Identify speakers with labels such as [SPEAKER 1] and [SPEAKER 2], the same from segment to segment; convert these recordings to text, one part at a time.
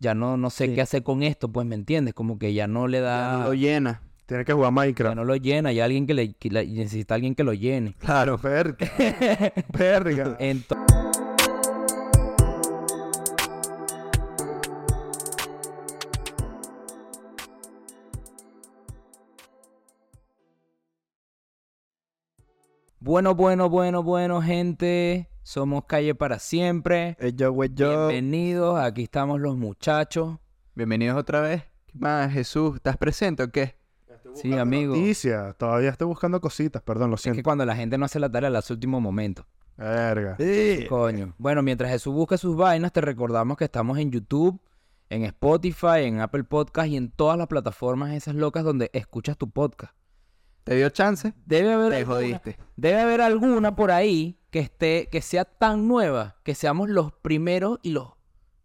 [SPEAKER 1] ya no, no sé
[SPEAKER 2] Sí.
[SPEAKER 1] qué hacer con esto, pues me entiendes, como que ya no le
[SPEAKER 2] Ya no
[SPEAKER 1] da,
[SPEAKER 2] lo llena. Tiene que jugar
[SPEAKER 1] ya
[SPEAKER 2] Minecraft.
[SPEAKER 1] no lo llena, ya alguien que le que la- necesita alguien que lo llene.
[SPEAKER 2] Claro, verga. verga.
[SPEAKER 1] Ento- Bueno, bueno, bueno, bueno, gente. Somos Calle para siempre.
[SPEAKER 2] Eh, yo, güey, yo.
[SPEAKER 1] Bienvenidos, aquí estamos los muchachos.
[SPEAKER 3] Bienvenidos otra vez. ¿Qué más, Jesús? ¿Estás presente o qué?
[SPEAKER 1] Sí, amigo.
[SPEAKER 2] Noticia. Todavía estoy buscando cositas, perdón, lo
[SPEAKER 1] Es que
[SPEAKER 3] Em.
[SPEAKER 2] siento.
[SPEAKER 1] cuando la gente no hace la tarea, la hace último momento.
[SPEAKER 2] Verga.
[SPEAKER 3] Sí.
[SPEAKER 1] Coño. Bueno, mientras Jesús busca sus vainas, te recordamos que estamos en YouTube, en Spotify, en Apple Podcast y en todas las plataformas esas locas donde escuchas tu podcast.
[SPEAKER 3] ¿Te dio chance?
[SPEAKER 1] Debe haber,
[SPEAKER 3] Te
[SPEAKER 1] alguna-
[SPEAKER 3] jodiste.
[SPEAKER 1] debe haber alguna por ahí que esté, que sea tan nueva, que seamos los primeros y los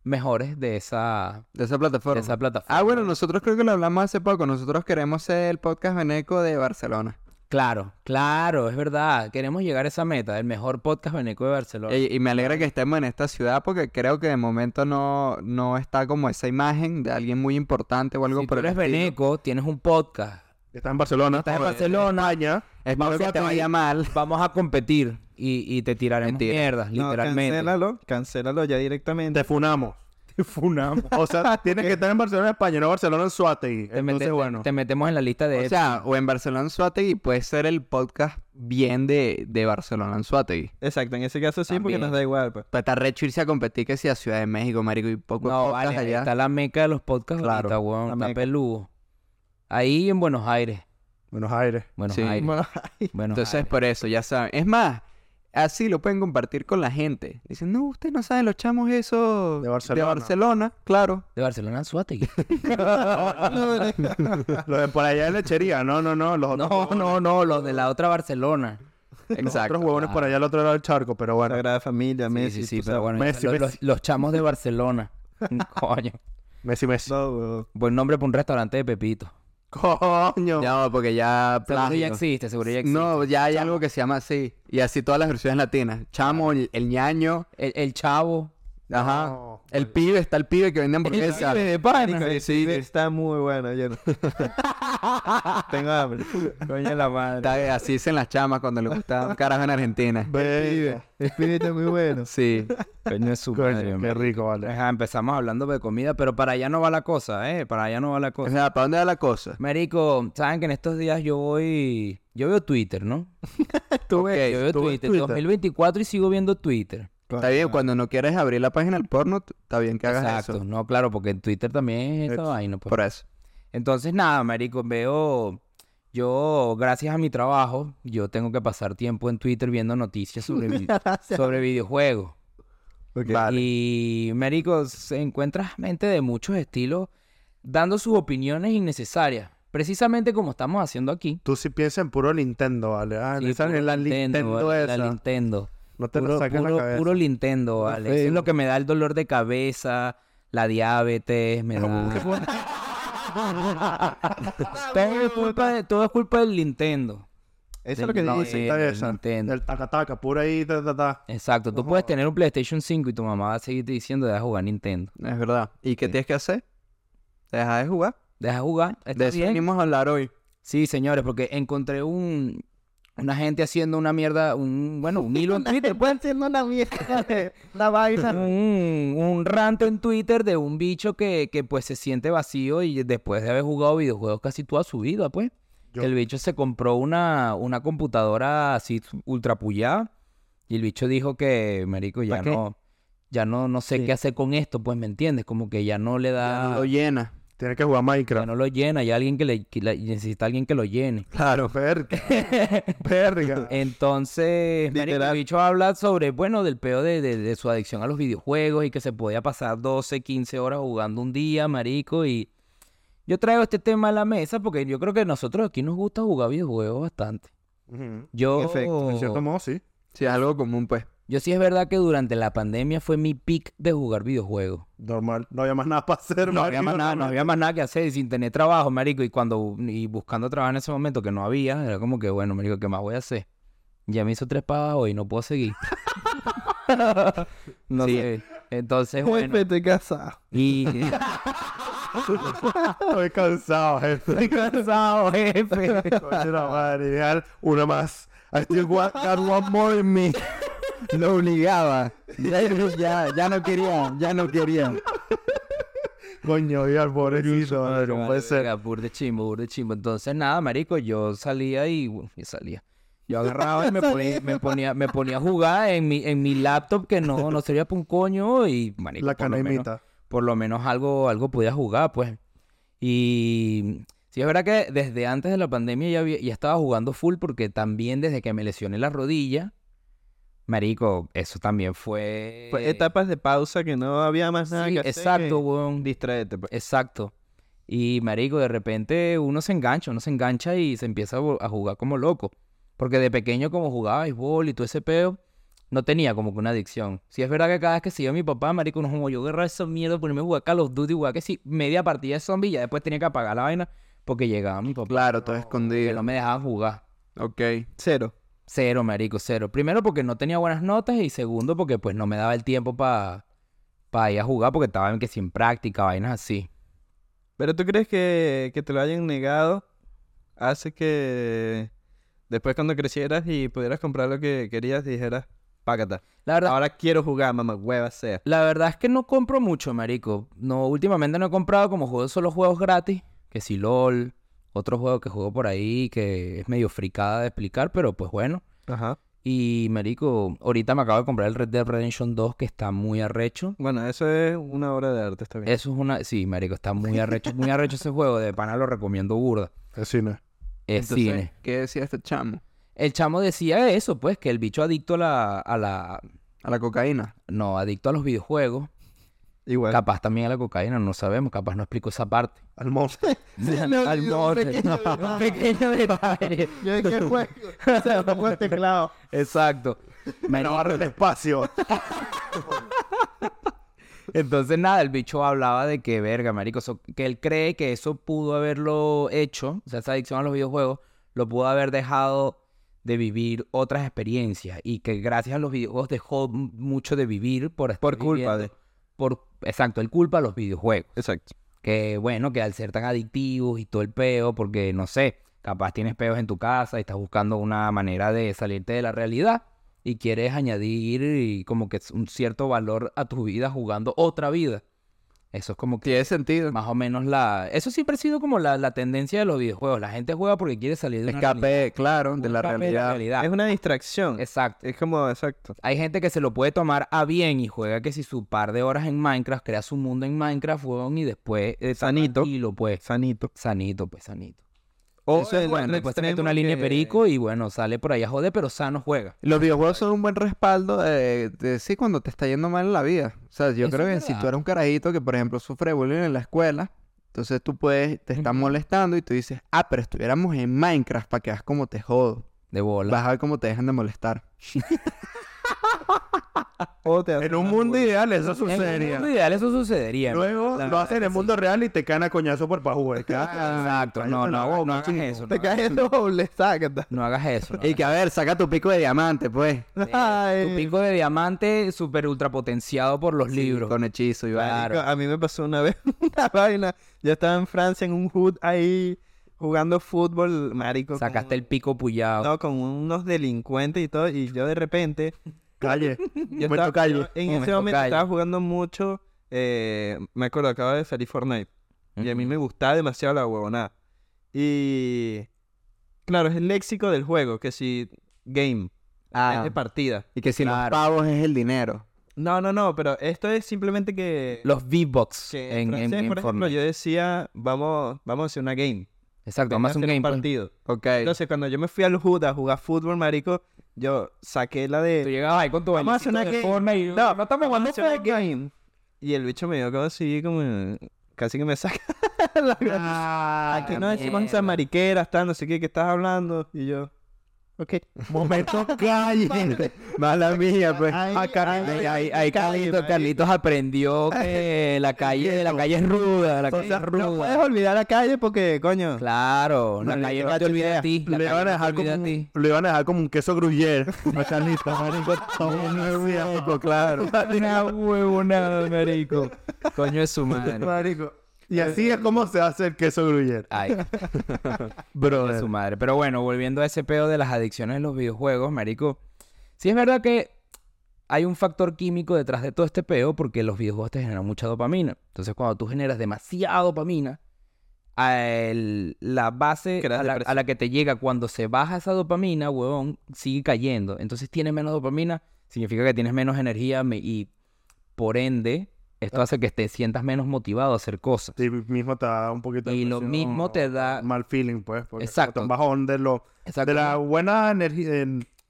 [SPEAKER 1] mejores de esa,
[SPEAKER 3] De esa
[SPEAKER 1] de
[SPEAKER 3] plataforma.
[SPEAKER 1] esa plataforma.
[SPEAKER 3] Ah, bueno, nosotros creo que lo hablamos hace poco. Nosotros queremos ser el podcast veneco de Barcelona.
[SPEAKER 1] Claro, claro, es verdad. Queremos llegar a esa meta, el mejor podcast veneco de Barcelona.
[SPEAKER 3] Y, y me alegra que estemos en esta ciudad porque creo que de momento no, no está como esa imagen de alguien muy importante o algo
[SPEAKER 1] si tú
[SPEAKER 3] por el
[SPEAKER 1] eres
[SPEAKER 3] estilo.
[SPEAKER 1] veneco, tienes un podcast.
[SPEAKER 2] Está en Barcelona.
[SPEAKER 1] Estás en
[SPEAKER 2] Joder.
[SPEAKER 1] Barcelona.
[SPEAKER 2] España.
[SPEAKER 3] Es más
[SPEAKER 2] Luego
[SPEAKER 3] que te
[SPEAKER 2] a ti.
[SPEAKER 3] vaya mal.
[SPEAKER 1] Vamos a competir y, y te tiraremos
[SPEAKER 3] Mentira.
[SPEAKER 1] mierdas,
[SPEAKER 4] No,
[SPEAKER 1] literalmente.
[SPEAKER 4] cancélalo, cancélalo ya directamente.
[SPEAKER 2] Te funamos.
[SPEAKER 4] Te funamos.
[SPEAKER 2] O sea, tienes que estar en Barcelona, España, no Barcelona en Suatei.
[SPEAKER 1] te,
[SPEAKER 2] Entonces,
[SPEAKER 1] mete- te-
[SPEAKER 2] bueno.
[SPEAKER 1] te metemos en la lista de
[SPEAKER 3] O sea, o en Barcelona Anzuategui puede ser el podcast bien de, de Barcelona Anzuategui.
[SPEAKER 4] Exacto, en ese caso sí, porque
[SPEAKER 1] También.
[SPEAKER 4] nos da igual, pues.
[SPEAKER 3] Pues está recho irse a competir que si a Ciudad de México, marico, y poco
[SPEAKER 1] No, vale, ahí está la meca de los podcasts
[SPEAKER 3] Claro,
[SPEAKER 1] ahorita, weón,
[SPEAKER 4] la
[SPEAKER 1] está
[SPEAKER 4] meca.
[SPEAKER 1] peludo. Ahí en Buenos Aires.
[SPEAKER 2] Buenos Aires.
[SPEAKER 1] Buenos
[SPEAKER 3] Sí.
[SPEAKER 1] Aires.
[SPEAKER 4] Bueno,
[SPEAKER 1] Buenos
[SPEAKER 3] Entonces,
[SPEAKER 1] Aires.
[SPEAKER 3] por eso, ya saben. Es más, así lo pueden compartir con la gente. Dicen, no, ustedes no saben los chamos esos
[SPEAKER 2] De Barcelona.
[SPEAKER 3] Barcelona, claro.
[SPEAKER 1] De Barcelona a Suátegui.
[SPEAKER 2] Los de por allá en lechería. No, no, no. Los otros
[SPEAKER 1] no,
[SPEAKER 2] huevones.
[SPEAKER 1] no, no, los de la otra Barcelona.
[SPEAKER 3] Exacto.
[SPEAKER 2] Otros huevones
[SPEAKER 1] claro.
[SPEAKER 2] por allá al otro lado del charco, pero bueno.
[SPEAKER 4] Sagrada Familia,
[SPEAKER 1] Sí,
[SPEAKER 4] Messi.
[SPEAKER 1] sí, sí,
[SPEAKER 4] tú
[SPEAKER 1] pero
[SPEAKER 4] sabes.
[SPEAKER 1] bueno,
[SPEAKER 2] Messi,
[SPEAKER 1] los, los-
[SPEAKER 2] Messi.
[SPEAKER 1] los chamos de Barcelona. Coño.
[SPEAKER 2] Messi, Messi.
[SPEAKER 4] No, huevón.
[SPEAKER 1] Buen nombre para un restaurante de Pepito.
[SPEAKER 2] Coño.
[SPEAKER 3] No, porque ya.
[SPEAKER 1] Seguro ya
[SPEAKER 3] plástico.
[SPEAKER 1] existe, seguro ya existe.
[SPEAKER 3] No, ya hay algo que se llama así. Y así todas las versiones latinas. Chamo, el, el ñaño.
[SPEAKER 1] El, el chavo.
[SPEAKER 3] Ajá.
[SPEAKER 2] No,
[SPEAKER 3] el pibe, está el pibe que vende hamburguesas.
[SPEAKER 1] de
[SPEAKER 4] Marico,
[SPEAKER 1] pana.
[SPEAKER 4] sí, está muy bueno. yo no- Tengo hambre.
[SPEAKER 1] Coño de la madre.
[SPEAKER 3] Está- así dicen las chamas cuando le gusta un carajo en Argentina.
[SPEAKER 2] Ve.
[SPEAKER 4] El pibe está muy bueno.
[SPEAKER 3] Sí.
[SPEAKER 1] Coño de su madre,
[SPEAKER 2] Coño, qué
[SPEAKER 1] hombre.
[SPEAKER 2] rico, vale.
[SPEAKER 1] Ajá, empezamos hablando de comida, pero para allá no va la cosa, ¿eh? Para allá no va la
[SPEAKER 3] O
[SPEAKER 1] cosa.
[SPEAKER 3] sea, ¿para dónde va la cosa?
[SPEAKER 1] Marico, saben que en estos días yo voy... Yo veo Twitter, ¿no?
[SPEAKER 3] Tú ves,
[SPEAKER 1] Yo veo
[SPEAKER 2] tú ves
[SPEAKER 1] Twitter,
[SPEAKER 2] Twitter.
[SPEAKER 1] 2024 y sigo viendo Twitter.
[SPEAKER 3] Está bien, cuando no quieres abrir la página del porno, t- está bien que hagas
[SPEAKER 1] Exacto.
[SPEAKER 3] eso.
[SPEAKER 1] No, claro, porque en Twitter también es esta
[SPEAKER 2] Ex-
[SPEAKER 1] vaina. pues.
[SPEAKER 3] Por eso.
[SPEAKER 1] Entonces, nada, marico, veo... Yo, gracias a mi trabajo, yo tengo que pasar tiempo en Twitter viendo noticias sobre, vi- sobre videojuegos.
[SPEAKER 3] Vale.
[SPEAKER 1] Y, marico, se encuentras gente de muchos estilos dando sus opiniones innecesarias. Precisamente como estamos haciendo aquí.
[SPEAKER 2] Tú sí piensas en puro Nintendo, vale. Ah,
[SPEAKER 1] Sí,
[SPEAKER 2] esa-
[SPEAKER 1] puro
[SPEAKER 2] en la Nintendo,
[SPEAKER 1] vale,
[SPEAKER 2] esa.
[SPEAKER 1] La Nintendo.
[SPEAKER 2] no te lo
[SPEAKER 1] Puro,
[SPEAKER 2] saques la
[SPEAKER 1] puro-
[SPEAKER 2] cabeza.
[SPEAKER 1] puro Nintendo, vale. Eso es lo que me da el dolor de cabeza, la diabetes, me da... todo, es culpa de- todo es culpa del Nintendo.
[SPEAKER 4] Eso es lo que
[SPEAKER 1] No,
[SPEAKER 4] dice.
[SPEAKER 1] eh,
[SPEAKER 2] Está
[SPEAKER 1] del
[SPEAKER 2] esa.
[SPEAKER 1] Nintendo.
[SPEAKER 2] Del taca-taca, puro ahí, ta, ta, ta.
[SPEAKER 1] Exacto. Tú puedes tener un PlayStation 5 y tu mamá va a seguirte diciendo deja jugar Nintendo.
[SPEAKER 3] Es verdad. ¿Y qué tienes que hacer? Deja de jugar.
[SPEAKER 1] Deja jugar. está
[SPEAKER 3] De eso
[SPEAKER 1] bien.
[SPEAKER 3] venimos a hablar hoy.
[SPEAKER 1] Sí, señores, porque encontré un una gente haciendo una mierda, un bueno, un hilo en Twitter, pues,
[SPEAKER 4] haciendo una mierda de la vaina.
[SPEAKER 1] un, un rant en Twitter de un bicho que, que pues se siente vacío y después de haber jugado videojuegos casi toda su vida, pues.
[SPEAKER 2] Yo.
[SPEAKER 1] El bicho se compró una, una computadora así ultra pullada y el bicho dijo que, marico, ya
[SPEAKER 4] ¿Pa' qué?
[SPEAKER 1] no ya no no sé
[SPEAKER 4] Sí.
[SPEAKER 1] qué hacer con esto, pues, ¿me entiendes? Como que ya no le da
[SPEAKER 3] Lo llena.
[SPEAKER 2] Tienes que jugar
[SPEAKER 1] ya
[SPEAKER 2] Minecraft.
[SPEAKER 1] no lo llena, ya alguien que le que la- necesita alguien que lo llene.
[SPEAKER 2] Claro, verga. verga.
[SPEAKER 1] Eh, Entonces, marico, el
[SPEAKER 4] Literal.
[SPEAKER 1] bicho habla sobre, bueno, del peo de, de- de su adicción a los videojuegos y que se podía pasar 12, 15 horas jugando un día, marico, y yo traigo este tema a la mesa porque yo creo que nosotros aquí nos gusta jugar videojuegos bastante.
[SPEAKER 2] Ujú.
[SPEAKER 1] Yo,
[SPEAKER 4] En efecto,
[SPEAKER 2] En cierto modo, sí.
[SPEAKER 3] Sí, es algo común, pues.
[SPEAKER 1] yo sí es verdad que durante la pandemia fue mi pick de jugar videojuegos.
[SPEAKER 2] Normal. No había más nada para hacer.
[SPEAKER 1] No había, más
[SPEAKER 2] marico,
[SPEAKER 1] nada, no había más nada que hacer y sin tener trabajo, marico, y cuando, y buscando trabajo en ese momento que no había, era como que, bueno, marico, ¿qué más voy a hacer? Ya me hizo tres pavas hoy, no puedo seguir. no
[SPEAKER 3] Sí.
[SPEAKER 1] sé. Entonces,
[SPEAKER 4] Jefe,
[SPEAKER 1] bueno.
[SPEAKER 4] estoy casado.
[SPEAKER 1] Y...
[SPEAKER 2] Estoy cansado, gente.
[SPEAKER 1] Estoy cansado, jefe.
[SPEAKER 2] Coño, la madre, ideal. Una más. I still want, got one more in me.
[SPEAKER 3] Lo obligaba. Ya, ya, ya no quería, ya no quería.
[SPEAKER 2] Coño, ideal, pobrecito. madre, No puede
[SPEAKER 1] Vale,
[SPEAKER 2] ser.
[SPEAKER 1] verga, Burda de chimbo, burda de chimbo. Entonces, nada, marico, yo salía y... bueno, y salía. Yo agarraba y me ponía, me ponía, me ponía a jugar en mi, en mi laptop que no, no servía para un coño y, marico,
[SPEAKER 2] La
[SPEAKER 1] por lo menos-
[SPEAKER 2] canaimita.
[SPEAKER 1] por lo menos algo, algo podía jugar, pues. Y sí es verdad que desde antes de la pandemia ya, había- ya estaba jugando full porque también desde que me lesioné la rodilla, marico, eso también fue...
[SPEAKER 4] Fue etapas de pausa que no había más nada
[SPEAKER 1] Sí,
[SPEAKER 4] que hacer.
[SPEAKER 1] exacto, weón.
[SPEAKER 4] que Distraerte, pues.
[SPEAKER 1] Exacto. Y marico, de repente uno se engancha, uno se engancha y se empieza a vo- a jugar como loco. Porque de pequeño como jugaba béisbol y todo ese peo, no tenía como que una adicción. Si es verdad que cada vez que se iba mi papá, marico, nos como yo agarrar esa mierda, ponerme a jugar Call of Duty, jugar que si media partida de zombie y ya después tenía que apagar la vaina porque llegaba mi papá.
[SPEAKER 3] Claro, todo
[SPEAKER 1] Que
[SPEAKER 3] escondido.
[SPEAKER 1] no me dejaban jugar.
[SPEAKER 3] Ok.
[SPEAKER 4] Cero.
[SPEAKER 1] Cero, marico, cero. Primero porque no tenía buenas notas y segundo porque pues no me daba el tiempo para ir a jugar porque estaba en que sin práctica, vainas así.
[SPEAKER 4] Pero tú crees que, que te lo hayan negado hace que después cuando crecieras y pudieras comprar lo que querías dijeras, págata.
[SPEAKER 1] La verdad,
[SPEAKER 4] Ahora quiero jugar, mamá, hueva sea.
[SPEAKER 1] La verdad es que no compro mucho, marico. No, últimamente no he comprado como juego solo juegos gratis, que si LOL, otro juego que juego por ahí que es medio fricada de explicar, pero pues bueno.
[SPEAKER 4] Ajá.
[SPEAKER 1] Y marico, ahorita me acabo de comprar el Red Dead Redemption 2 que está muy arrecho.
[SPEAKER 4] Bueno, eso es una obra de arte, está bien.
[SPEAKER 1] Eso es una, sí, marico, está muy arrecho, muy arrecho ese juego, de pana lo recomiendo burda. Eh,
[SPEAKER 2] Así no.
[SPEAKER 1] Es
[SPEAKER 3] Entonces,
[SPEAKER 1] cine.
[SPEAKER 3] ¿Qué decía este chamo?
[SPEAKER 1] El chamo decía eso, pues, que el bicho adicto a la, a la,
[SPEAKER 3] A la cocaína.
[SPEAKER 1] no, adicto a los videojuegos,
[SPEAKER 2] Pues.
[SPEAKER 4] Igual.
[SPEAKER 1] capaz también a la cocaína, no sabemos, capaz no explico esa parte.
[SPEAKER 2] Al monte.
[SPEAKER 1] Al norte. Un pequeño detalle.
[SPEAKER 4] Yo de qué juego. Se me fue el teclado.
[SPEAKER 1] Exacto.
[SPEAKER 2] No barre el espacio.
[SPEAKER 1] Entonces, nada, el bicho hablaba de que, verga, marico, eso- que él cree que eso pudo haberlo hecho, o sea, esa adicción a los videojuegos, lo pudo haber dejado de vivir otras experiencias y que gracias a los videojuegos dejó m- mucho de vivir por estar
[SPEAKER 4] Por culpa de.
[SPEAKER 1] viviendo- Por, exacto, el culpa a los videojuegos.
[SPEAKER 4] Exacto.
[SPEAKER 1] Que bueno, que al ser tan adictivos y todo el peo, porque no sé, capaz tienes peos en tu casa y estás buscando una manera de salirte de la realidad y quieres añadir y como que un cierto valor a tu vida jugando otra vida. Eso es como que
[SPEAKER 3] Tiene sentido.
[SPEAKER 1] más o menos la... Eso siempre ha sido como la, la tendencia de los videojuegos. La gente juega porque quiere salir de una realidad.
[SPEAKER 3] Escape, claro, de
[SPEAKER 1] Un
[SPEAKER 3] la
[SPEAKER 1] escape
[SPEAKER 3] realidad.
[SPEAKER 1] realidad.
[SPEAKER 4] Es una distracción.
[SPEAKER 1] Exacto.
[SPEAKER 4] Es como, exacto.
[SPEAKER 1] Hay gente que se lo puede tomar a bien y juega que si su par de horas en Minecraft, crea su mundo en Minecraft, weón, y después... eh, está
[SPEAKER 4] Sanito.
[SPEAKER 1] tranquilo, pues.
[SPEAKER 4] Sanito.
[SPEAKER 1] Sanito, pues sanito.
[SPEAKER 4] O
[SPEAKER 3] Eso Oh, es
[SPEAKER 4] el
[SPEAKER 3] bueno,
[SPEAKER 4] otro
[SPEAKER 1] Después te mete
[SPEAKER 4] extremo
[SPEAKER 1] una línea de
[SPEAKER 4] que-
[SPEAKER 1] perico y bueno, sale por ahí a joder, pero sano juega.
[SPEAKER 3] Los videojuegos son un buen respaldo de, de- sí cuando te está yendo mal en la vida. O sea, yo
[SPEAKER 1] Eso
[SPEAKER 3] creo que
[SPEAKER 1] es
[SPEAKER 3] si tú
[SPEAKER 1] verdad.
[SPEAKER 3] eres un carajito que, por ejemplo, sufre bullying en la escuela, entonces tú puedes, te están
[SPEAKER 1] Ujú.
[SPEAKER 3] molestando y tú dices, ah, pero estuviéramos en Minecraft para que veas cómo te jodo.
[SPEAKER 1] De bola.
[SPEAKER 3] Vas a ver cómo te dejan de molestar.
[SPEAKER 4] O te hacen
[SPEAKER 2] En un
[SPEAKER 4] una
[SPEAKER 2] mundo
[SPEAKER 4] burla.
[SPEAKER 2] ideal
[SPEAKER 1] En
[SPEAKER 2] eso
[SPEAKER 1] un mundo
[SPEAKER 2] sucedería.
[SPEAKER 1] ideal eso sucedería. ¿no?
[SPEAKER 2] Luego
[SPEAKER 1] La
[SPEAKER 2] lo hacen en
[SPEAKER 1] verdad
[SPEAKER 2] el mundo real y te caen a coñazo por pa' jugar.
[SPEAKER 1] Exacto. No, no, hago- no hagas eso.
[SPEAKER 4] Te
[SPEAKER 1] No,
[SPEAKER 4] caes en doble, sácata.
[SPEAKER 1] no hagas eso. no
[SPEAKER 3] Y que a ver, saca tu pico de diamante, pues.
[SPEAKER 1] hagas- Tu
[SPEAKER 4] Ay,
[SPEAKER 1] pico de diamante super ultra potenciado por los libros.
[SPEAKER 3] Con hechizo y vaina.
[SPEAKER 1] Claro.
[SPEAKER 4] A mí me pasó una vez una vaina. Yo estaba en Francia en un hood ahí jugando fútbol, marico. con-
[SPEAKER 1] Sacaste el pico puyado.
[SPEAKER 4] No, con unos delincuentes y todo. Y yo de repente.
[SPEAKER 2] Calle.
[SPEAKER 4] Yo
[SPEAKER 2] Momento
[SPEAKER 4] estaba,
[SPEAKER 2] calle.
[SPEAKER 4] yo en
[SPEAKER 1] Momento
[SPEAKER 4] ese momento
[SPEAKER 1] calle.
[SPEAKER 4] estaba jugando mucho. eh, me acuerdo, acaba de salir Fortnite. Y a mí me gustaba demasiado la huevonada. Y. Claro, es el léxico del juego. Que si. Game.
[SPEAKER 3] Ah,
[SPEAKER 4] Es de partida.
[SPEAKER 3] y que si
[SPEAKER 1] claro.
[SPEAKER 3] los pavos es el dinero.
[SPEAKER 4] No, no, no. Pero esto es simplemente que.
[SPEAKER 1] Los V-Box en,
[SPEAKER 4] que
[SPEAKER 1] en,
[SPEAKER 4] francés,
[SPEAKER 1] en
[SPEAKER 4] por ejemplo,
[SPEAKER 1] Fortnite.
[SPEAKER 4] yo decía, vamos, vamos a hacer una game.
[SPEAKER 1] Exacto, más un
[SPEAKER 4] Venga a
[SPEAKER 1] game.
[SPEAKER 4] hacer
[SPEAKER 1] pues.
[SPEAKER 4] partido.
[SPEAKER 3] Ok.
[SPEAKER 4] Entonces, cuando yo me fui al Hood a jugar fútbol, marico, yo saqué la
[SPEAKER 1] Tú
[SPEAKER 4] de...
[SPEAKER 1] llegabas ahí con tu
[SPEAKER 4] Vamos a hacer
[SPEAKER 1] bailecito
[SPEAKER 4] una
[SPEAKER 1] de
[SPEAKER 4] game.
[SPEAKER 1] Fortnite y-
[SPEAKER 4] No,
[SPEAKER 1] no estamos jugando
[SPEAKER 4] hacer una
[SPEAKER 1] Fortnite.
[SPEAKER 4] Y el bicho me dio como así, como... Casi que me saca la...
[SPEAKER 1] Ah,
[SPEAKER 4] Aquí
[SPEAKER 1] la
[SPEAKER 4] no decimos
[SPEAKER 1] mierda.
[SPEAKER 4] esas mariqueras, tal, no sé qué, que estás hablando. Y yo...
[SPEAKER 5] Ok.
[SPEAKER 2] Momento calle.
[SPEAKER 3] Mala mía, pues.
[SPEAKER 5] Ay,
[SPEAKER 3] Ah, Car-
[SPEAKER 5] ay,
[SPEAKER 3] ahí- ahí-
[SPEAKER 5] ay,
[SPEAKER 3] ahí Carlitos, Carlitos aprendió que la calle, la calle es ruda, la
[SPEAKER 5] O
[SPEAKER 3] calle
[SPEAKER 5] sea,
[SPEAKER 3] es
[SPEAKER 5] no
[SPEAKER 3] ruda.
[SPEAKER 5] puedes olvidar la calle porque, coño.
[SPEAKER 1] Claro, la
[SPEAKER 5] Marico,
[SPEAKER 1] calle no te olvida a ti. la
[SPEAKER 2] Le
[SPEAKER 1] calle
[SPEAKER 2] van
[SPEAKER 1] no te
[SPEAKER 2] a dejar como
[SPEAKER 1] olvida a
[SPEAKER 2] un,
[SPEAKER 1] ti.
[SPEAKER 2] lo iban a dejar como un queso gruyere. A Carlitos, marico. Todo nervioso, claro.
[SPEAKER 1] Una huevonada, marico. Coño es su madre.
[SPEAKER 2] Marico. Y así es como se hace el queso gruyere.
[SPEAKER 1] Ay, de
[SPEAKER 2] Brother.
[SPEAKER 1] su madre. Pero bueno, volviendo a ese peo de las adicciones en los videojuegos, marico. Sí es verdad que hay un factor químico detrás de todo este peo porque los videojuegos te generan mucha dopamina. Entonces, cuando tú generas demasiada dopamina, a el- la base
[SPEAKER 4] Creas
[SPEAKER 1] a la,
[SPEAKER 4] depresión.
[SPEAKER 1] a la que te llega cuando se baja esa dopamina, huevón, sigue cayendo. Entonces, tienes menos dopamina, significa que tienes menos energía me- y, por ende, esto hace que te sientas menos motivado a hacer cosas.
[SPEAKER 2] Sí, mismo te da un poquito de
[SPEAKER 1] Y lo
[SPEAKER 2] presión,
[SPEAKER 1] mismo te da-
[SPEAKER 2] mal feeling, pues. porque
[SPEAKER 1] Exacto.
[SPEAKER 2] te bajón de, lo,
[SPEAKER 1] Exacto.
[SPEAKER 2] de la buena energía.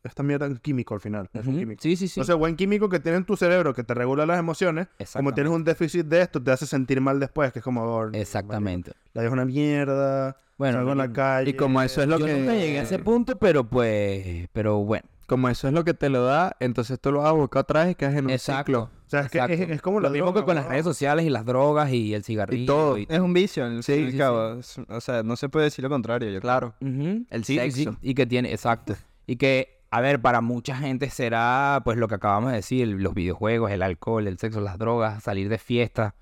[SPEAKER 2] Esta mierda es un químico al final. Es un
[SPEAKER 1] Ujú.
[SPEAKER 2] químico.
[SPEAKER 1] Sí, sí, sí.
[SPEAKER 2] Entonces, buen químico que tiene en tu cerebro que te regula las emociones. Como tienes un déficit de esto, te hace sentir mal después, que es como. "Oh,
[SPEAKER 1] Exactamente.
[SPEAKER 2] marico, La vida es una mierda.
[SPEAKER 1] Bueno,
[SPEAKER 2] salgo en la
[SPEAKER 1] yo-
[SPEAKER 2] calle.
[SPEAKER 3] Y como eso es lo
[SPEAKER 1] yo
[SPEAKER 3] que
[SPEAKER 1] nunca llegué a ese punto, pero pues, pero bueno,
[SPEAKER 3] como eso es lo que te lo da, entonces tú lo vas a buscar otra vez y quedas en un
[SPEAKER 1] exacto.
[SPEAKER 3] ciclo.
[SPEAKER 2] O sea, es, que es,
[SPEAKER 1] exacto.
[SPEAKER 2] es como
[SPEAKER 1] Lo mismo que con las redes sociales y las drogas y el cigarrillo.
[SPEAKER 3] todo.
[SPEAKER 1] y-
[SPEAKER 4] Es un vicio, al
[SPEAKER 3] Sí,
[SPEAKER 4] fin y al
[SPEAKER 3] sí,
[SPEAKER 4] cabo. Es- O sea, no se puede decir lo contrario. Yo
[SPEAKER 3] Claro.
[SPEAKER 1] Ujú.
[SPEAKER 3] El
[SPEAKER 1] Sí, sí,
[SPEAKER 3] sexo.
[SPEAKER 1] y que tiene, exacto. Y que, a ver, para mucha gente será, pues lo que acabamos de decir, los videojuegos, el alcohol, el sexo, las drogas, salir de fiesta.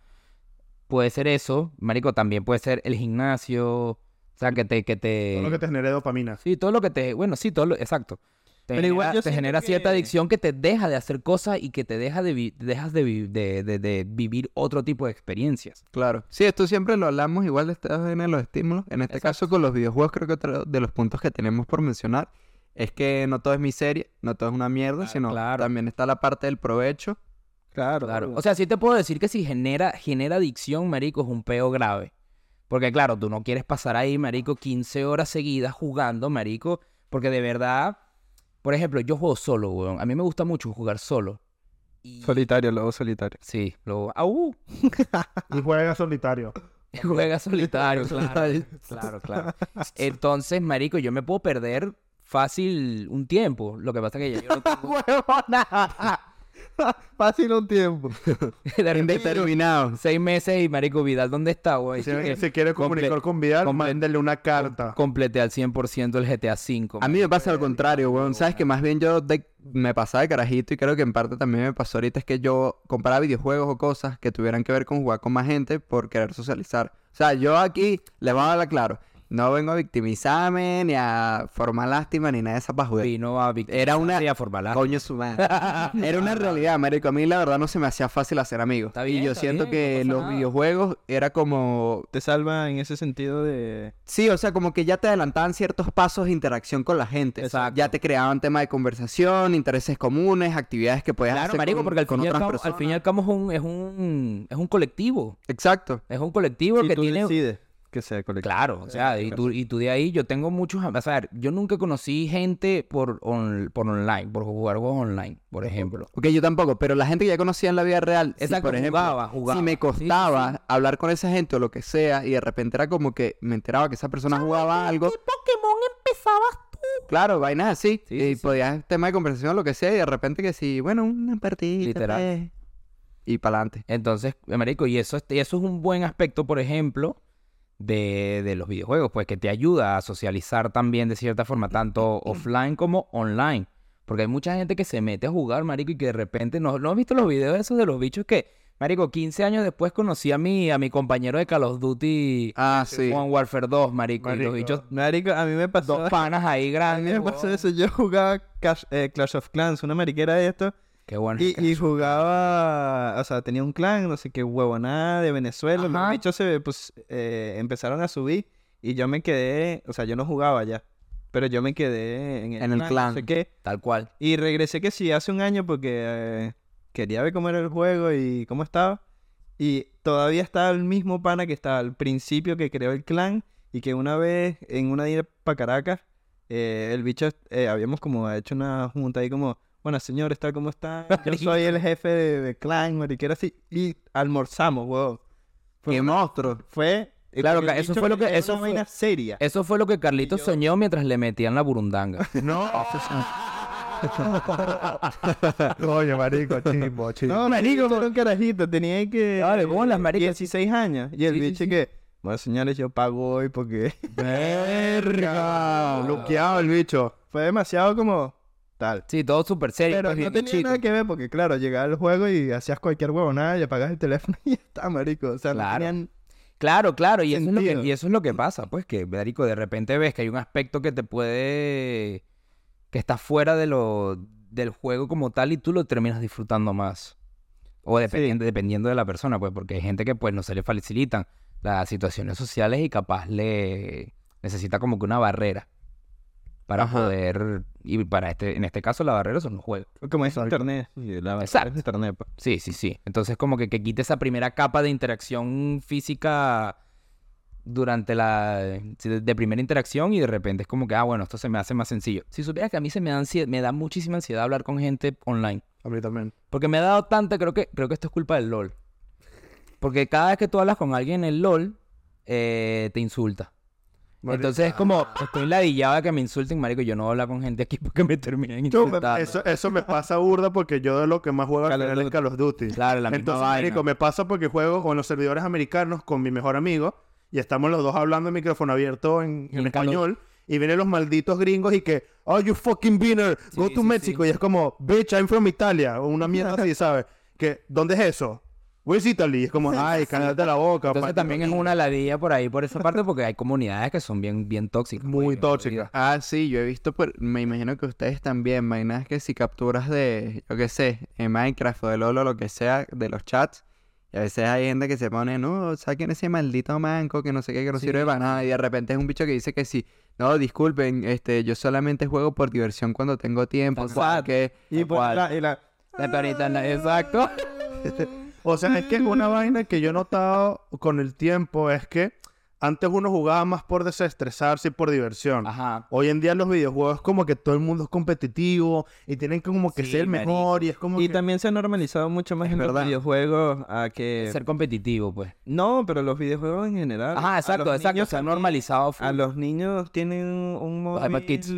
[SPEAKER 1] Puede ser eso, marico, también puede ser el gimnasio, o sea, que te, que te...
[SPEAKER 2] Todo lo que te genere dopamina.
[SPEAKER 1] Sí, todo lo que te. Bueno, sí, todo lo. Exacto. Te
[SPEAKER 4] Pero
[SPEAKER 1] genera,
[SPEAKER 4] igual yo
[SPEAKER 1] te
[SPEAKER 4] siento
[SPEAKER 1] genera cierta
[SPEAKER 4] que-
[SPEAKER 1] adicción que te deja de hacer cosas y que te deja de, vi- dejas de, vi- de- de- de vivir otro tipo de experiencias.
[SPEAKER 3] Claro. Sí, esto siempre lo hablamos, igual estás en los estímulos. En este caso con los videojuegos creo que otro de los puntos que tenemos por mencionar es que no todo es miseria, no todo es una mierda, sino
[SPEAKER 1] claro.
[SPEAKER 3] también está la parte del provecho.
[SPEAKER 4] Claro.
[SPEAKER 1] Claro. O sea, sí te puedo decir que si genera, genera adicción, marico, es un peo grave. Porque, claro, tú no quieres pasar ahí, marico, 15 horas seguidas jugando, marico. Porque de verdad, por ejemplo, yo juego solo, weón. A mí me gusta mucho jugar solo. Y-
[SPEAKER 4] Solitario, lobo solitario.
[SPEAKER 1] Sí, luego. ¡Au!
[SPEAKER 2] Y juega solitario.
[SPEAKER 1] Juega solitario, claro. claro, claro. Entonces, marico, yo me puedo perder fácil un tiempo. Lo que pasa que ya yo no tengo...
[SPEAKER 4] Fácil un tiempo.
[SPEAKER 1] de repente,
[SPEAKER 3] Indeterminado.
[SPEAKER 1] seis meses y marico Vidal, ¿dónde está, güey?
[SPEAKER 2] Si alguien se quiere comunicar con Vidal,
[SPEAKER 1] comple-
[SPEAKER 2] mándale una carta.
[SPEAKER 1] Completé al 100% el GTA V.
[SPEAKER 3] A mí me pasa lo contrario, weón. Sabes que más bien yo de- me pasaba de carajito y creo que en parte también me pasó ahorita es que yo compraba videojuegos o cosas que tuvieran que ver con jugar con más gente por querer socializar. O sea, yo aquí les voy a hablar claro. No vengo a victimizarme, ni a formar lástima, ni nada de esas bajuderas.
[SPEAKER 1] Vino a Vic-
[SPEAKER 3] Era una-
[SPEAKER 1] Sí, a formalar.
[SPEAKER 3] Coño su madre. Ah. Era una realidad, marico. A mí la verdad no se me hacía fácil hacer amigos.
[SPEAKER 1] Ah. Está bien,
[SPEAKER 3] y yo
[SPEAKER 1] está
[SPEAKER 3] siento
[SPEAKER 1] bien,
[SPEAKER 3] que
[SPEAKER 1] no pasa
[SPEAKER 3] los
[SPEAKER 1] nada.
[SPEAKER 3] videojuegos era como
[SPEAKER 4] Te salva en ese sentido de...
[SPEAKER 3] Sí, o sea, como que ya te adelantaban ciertos pasos de interacción con la gente.
[SPEAKER 1] Exacto.
[SPEAKER 3] Ya te creaban temas de conversación, intereses comunes, actividades que podías
[SPEAKER 1] Claro,
[SPEAKER 3] hacer
[SPEAKER 1] marico,
[SPEAKER 3] con,
[SPEAKER 1] porque al
[SPEAKER 3] con
[SPEAKER 1] fin, y al,
[SPEAKER 3] otras
[SPEAKER 1] cabo, al
[SPEAKER 3] personas.
[SPEAKER 1] fin y al cabo es un, es un, es un colectivo.
[SPEAKER 3] Exacto.
[SPEAKER 1] Es un colectivo
[SPEAKER 4] si
[SPEAKER 1] que
[SPEAKER 4] tú
[SPEAKER 1] tiene...
[SPEAKER 4] decides que sea colectivo.
[SPEAKER 1] Claro, o sea, y tú, y tú de ahí, yo tengo muchos, am- o sea, yo nunca conocí gente por, on- por online, por jugar juegos online, por ejemplo.
[SPEAKER 3] Ok, yo tampoco, pero la gente que ya conocía en la vida real, si,
[SPEAKER 1] Exacto,
[SPEAKER 3] por ejemplo,
[SPEAKER 1] jugaba, jugaba.
[SPEAKER 3] si me costaba hablar con esa gente o lo que sea, y de repente era como que me enteraba que esa persona jugaba algo,
[SPEAKER 1] Pokémon empezabas tú?
[SPEAKER 3] claro, vainas así,
[SPEAKER 1] Sí,
[SPEAKER 3] y
[SPEAKER 1] sí, sí.
[SPEAKER 3] podías tema de conversación, lo que sea, y de repente que sí, bueno, una partida,
[SPEAKER 1] Literal.
[SPEAKER 3] pues, y para adelante.
[SPEAKER 1] Entonces, eh, marico, y eso, es- y eso es un buen aspecto, por ejemplo, de, de los videojuegos, pues que te ayuda a socializar también de cierta forma, tanto offline como online. Porque hay mucha gente que se mete a jugar, marico, y que de repente, ¿no, ¿no has visto los videos esos de los bichos que, marico, 15 años después conocí a mi, a mi compañero de Call of Duty...
[SPEAKER 3] Ah, sí.
[SPEAKER 1] Modern Warfare 2, marico, y los
[SPEAKER 2] Marico.
[SPEAKER 1] bichos
[SPEAKER 4] Marico, a mí me pasó...
[SPEAKER 1] dos panas ahí
[SPEAKER 4] A mí
[SPEAKER 1] grandes.
[SPEAKER 4] me pasó eso. Yo jugaba Clash, eh, Clash of Clans, una mariquera de esto.
[SPEAKER 1] Qué bueno.
[SPEAKER 4] Y, y jugaba, o sea, tenía un clan, no sé qué huevonada de Venezuela.
[SPEAKER 1] Ajá.
[SPEAKER 4] Los bichos se, pues, eh, empezaron a subir y yo me quedé, o sea, yo no jugaba ya, pero yo me quedé en el,
[SPEAKER 3] En el
[SPEAKER 4] No sé
[SPEAKER 3] clan.
[SPEAKER 4] qué.
[SPEAKER 1] Tal cual.
[SPEAKER 4] Y regresé que sí, hace un año porque eh, quería ver cómo era el juego y cómo estaba. Y todavía estaba el mismo pana que estaba al principio que creó el clan y que una vez en una ida para Caracas, eh, el bicho, eh, habíamos como hecho una junta ahí como, bueno señores, tal como están, yo soy el jefe de, de clan, mariquera así, y almorzamos, huevón.
[SPEAKER 1] Pues
[SPEAKER 3] Qué monstruo.
[SPEAKER 4] Fue Eh,
[SPEAKER 1] Claro,
[SPEAKER 4] porque
[SPEAKER 1] ca-
[SPEAKER 4] el
[SPEAKER 1] eso
[SPEAKER 4] bicho
[SPEAKER 1] fue lo que-
[SPEAKER 4] era
[SPEAKER 1] eso
[SPEAKER 4] una
[SPEAKER 1] fue-
[SPEAKER 4] vaina seria.
[SPEAKER 1] Eso fue lo que Carlitos soñó mientras le metían la burundanga.
[SPEAKER 2] No. Coño, marico, chimbo, chimbo.
[SPEAKER 4] No, marico, era un carajito, tenía ahí que...
[SPEAKER 1] Dale, bolas, marico.
[SPEAKER 4] 16 años. Y el
[SPEAKER 1] Sí, sí,
[SPEAKER 4] bicho que... Bueno, señores, yo pago hoy porque... Ah.
[SPEAKER 2] Verga. Luqueado el bicho.
[SPEAKER 4] Fue demasiado como... Tal.
[SPEAKER 1] Sí, todo súper serio.
[SPEAKER 4] Pero
[SPEAKER 1] pues,
[SPEAKER 4] no
[SPEAKER 1] bien
[SPEAKER 4] tenía
[SPEAKER 1] chico.
[SPEAKER 4] nada que ver porque, claro, llegaba al juego y hacías cualquier huevonada y apagabas el teléfono y ya está, marico. O sea, no
[SPEAKER 1] Claro.
[SPEAKER 4] tenían-
[SPEAKER 1] Claro, claro, y eso, es lo que,
[SPEAKER 4] Sentido.
[SPEAKER 1] y eso es lo que pasa, pues que, marico, de repente ves que hay un aspecto que te puede... que está fuera de lo, del juego como tal y tú lo terminas disfrutando más. O dependiendo, dependiendo de la persona, pues, porque hay gente que, pues, no se le facilitan las situaciones sociales y capaz le... necesita como que una barrera para
[SPEAKER 3] Ajá.
[SPEAKER 1] poder... y para este, en este caso la barrera son los juegos.
[SPEAKER 4] Como es internet. Y la-
[SPEAKER 1] Exacto.
[SPEAKER 4] es internet, pues.
[SPEAKER 1] Sí, sí, sí. Entonces, como que, que quite esa primera capa de interacción física durante la. sí, de, de primera interacción y de repente es como que, ah, bueno, esto se me hace más sencillo. Si supieras que a mí se me da, ansie- me da muchísima ansiedad hablar con gente online.
[SPEAKER 2] A mí también.
[SPEAKER 1] Porque me ha dado tanta, creo que, creo que esto es culpa del LOL. Porque cada vez que tú hablas con alguien en el LOL, eh, te insulta.
[SPEAKER 2] Mari-
[SPEAKER 1] Entonces es como, estoy ladillado de que me insulten, marico. Yo no voy a hablar con gente aquí porque me terminan
[SPEAKER 2] Yo me-
[SPEAKER 1] insultando.
[SPEAKER 2] eso, eso me pasa burda porque yo de lo que más juego al
[SPEAKER 4] Call of
[SPEAKER 2] final es
[SPEAKER 4] Duty.
[SPEAKER 2] Call of Duty.
[SPEAKER 1] Claro, la misma
[SPEAKER 2] Entonces,
[SPEAKER 1] vaina.
[SPEAKER 2] marico, me pasa porque juego con los servidores americanos con mi mejor amigo y estamos los dos hablando en micrófono abierto en,
[SPEAKER 1] Y
[SPEAKER 2] en
[SPEAKER 1] en Call of-
[SPEAKER 2] español. Y vienen los malditos gringos y que, oh, you fucking winner, go
[SPEAKER 1] Sí,
[SPEAKER 2] to
[SPEAKER 1] sí,
[SPEAKER 2] Mexico. Y es como, bitch, I'm from Italia. O una mierda así, ¿sabes? Que, ¿dónde es eso? Where's Italy? Y es como, ay, cállate la boca.
[SPEAKER 1] Entonces
[SPEAKER 2] pa-
[SPEAKER 1] también es una ladilla por ahí, por esa parte, porque hay comunidades que son bien, bien tóxicas.
[SPEAKER 2] Muy
[SPEAKER 1] marico.
[SPEAKER 2] tóxica.
[SPEAKER 3] Ah, sí, yo he visto, por- me imagino que ustedes también, imaginas que si capturas de, yo qué sé, en Minecraft o de LOL o lo que sea, de los chats, y a veces hay gente que se pone, no, saquen ese maldito manco que no sé qué, que no sirve para nada, y de repente es un bicho que dice que sí, no, disculpen, este, yo solamente juego por diversión cuando tengo tiempo,
[SPEAKER 1] Tal cual.
[SPEAKER 3] que...
[SPEAKER 4] Y, pues,
[SPEAKER 1] cual.
[SPEAKER 4] la- y la-
[SPEAKER 1] La perita, no- exacto.
[SPEAKER 2] O sea, es que es
[SPEAKER 1] Mm.
[SPEAKER 2] una vaina que yo he notado con el tiempo es que antes uno jugaba más por desestresarse y por diversión.
[SPEAKER 1] Ajá.
[SPEAKER 2] Hoy en día los videojuegos como que todo el mundo es competitivo y tienen como que
[SPEAKER 1] Sí,
[SPEAKER 2] ser
[SPEAKER 1] marico.
[SPEAKER 2] mejor y es como
[SPEAKER 4] y
[SPEAKER 2] que...
[SPEAKER 4] también se ha normalizado mucho más en los
[SPEAKER 3] verdad.
[SPEAKER 4] videojuegos a
[SPEAKER 3] Eh,
[SPEAKER 4] que...
[SPEAKER 1] Ser competitivo, pues.
[SPEAKER 4] No, pero los videojuegos en general.
[SPEAKER 1] Ajá,
[SPEAKER 4] A
[SPEAKER 1] exacto,
[SPEAKER 4] los
[SPEAKER 1] exacto.
[SPEAKER 4] niños
[SPEAKER 1] Se ha
[SPEAKER 4] también-
[SPEAKER 1] normalizado. full.
[SPEAKER 4] A los niños tienen un
[SPEAKER 1] Los
[SPEAKER 4] móvil.
[SPEAKER 1] iPad Kids.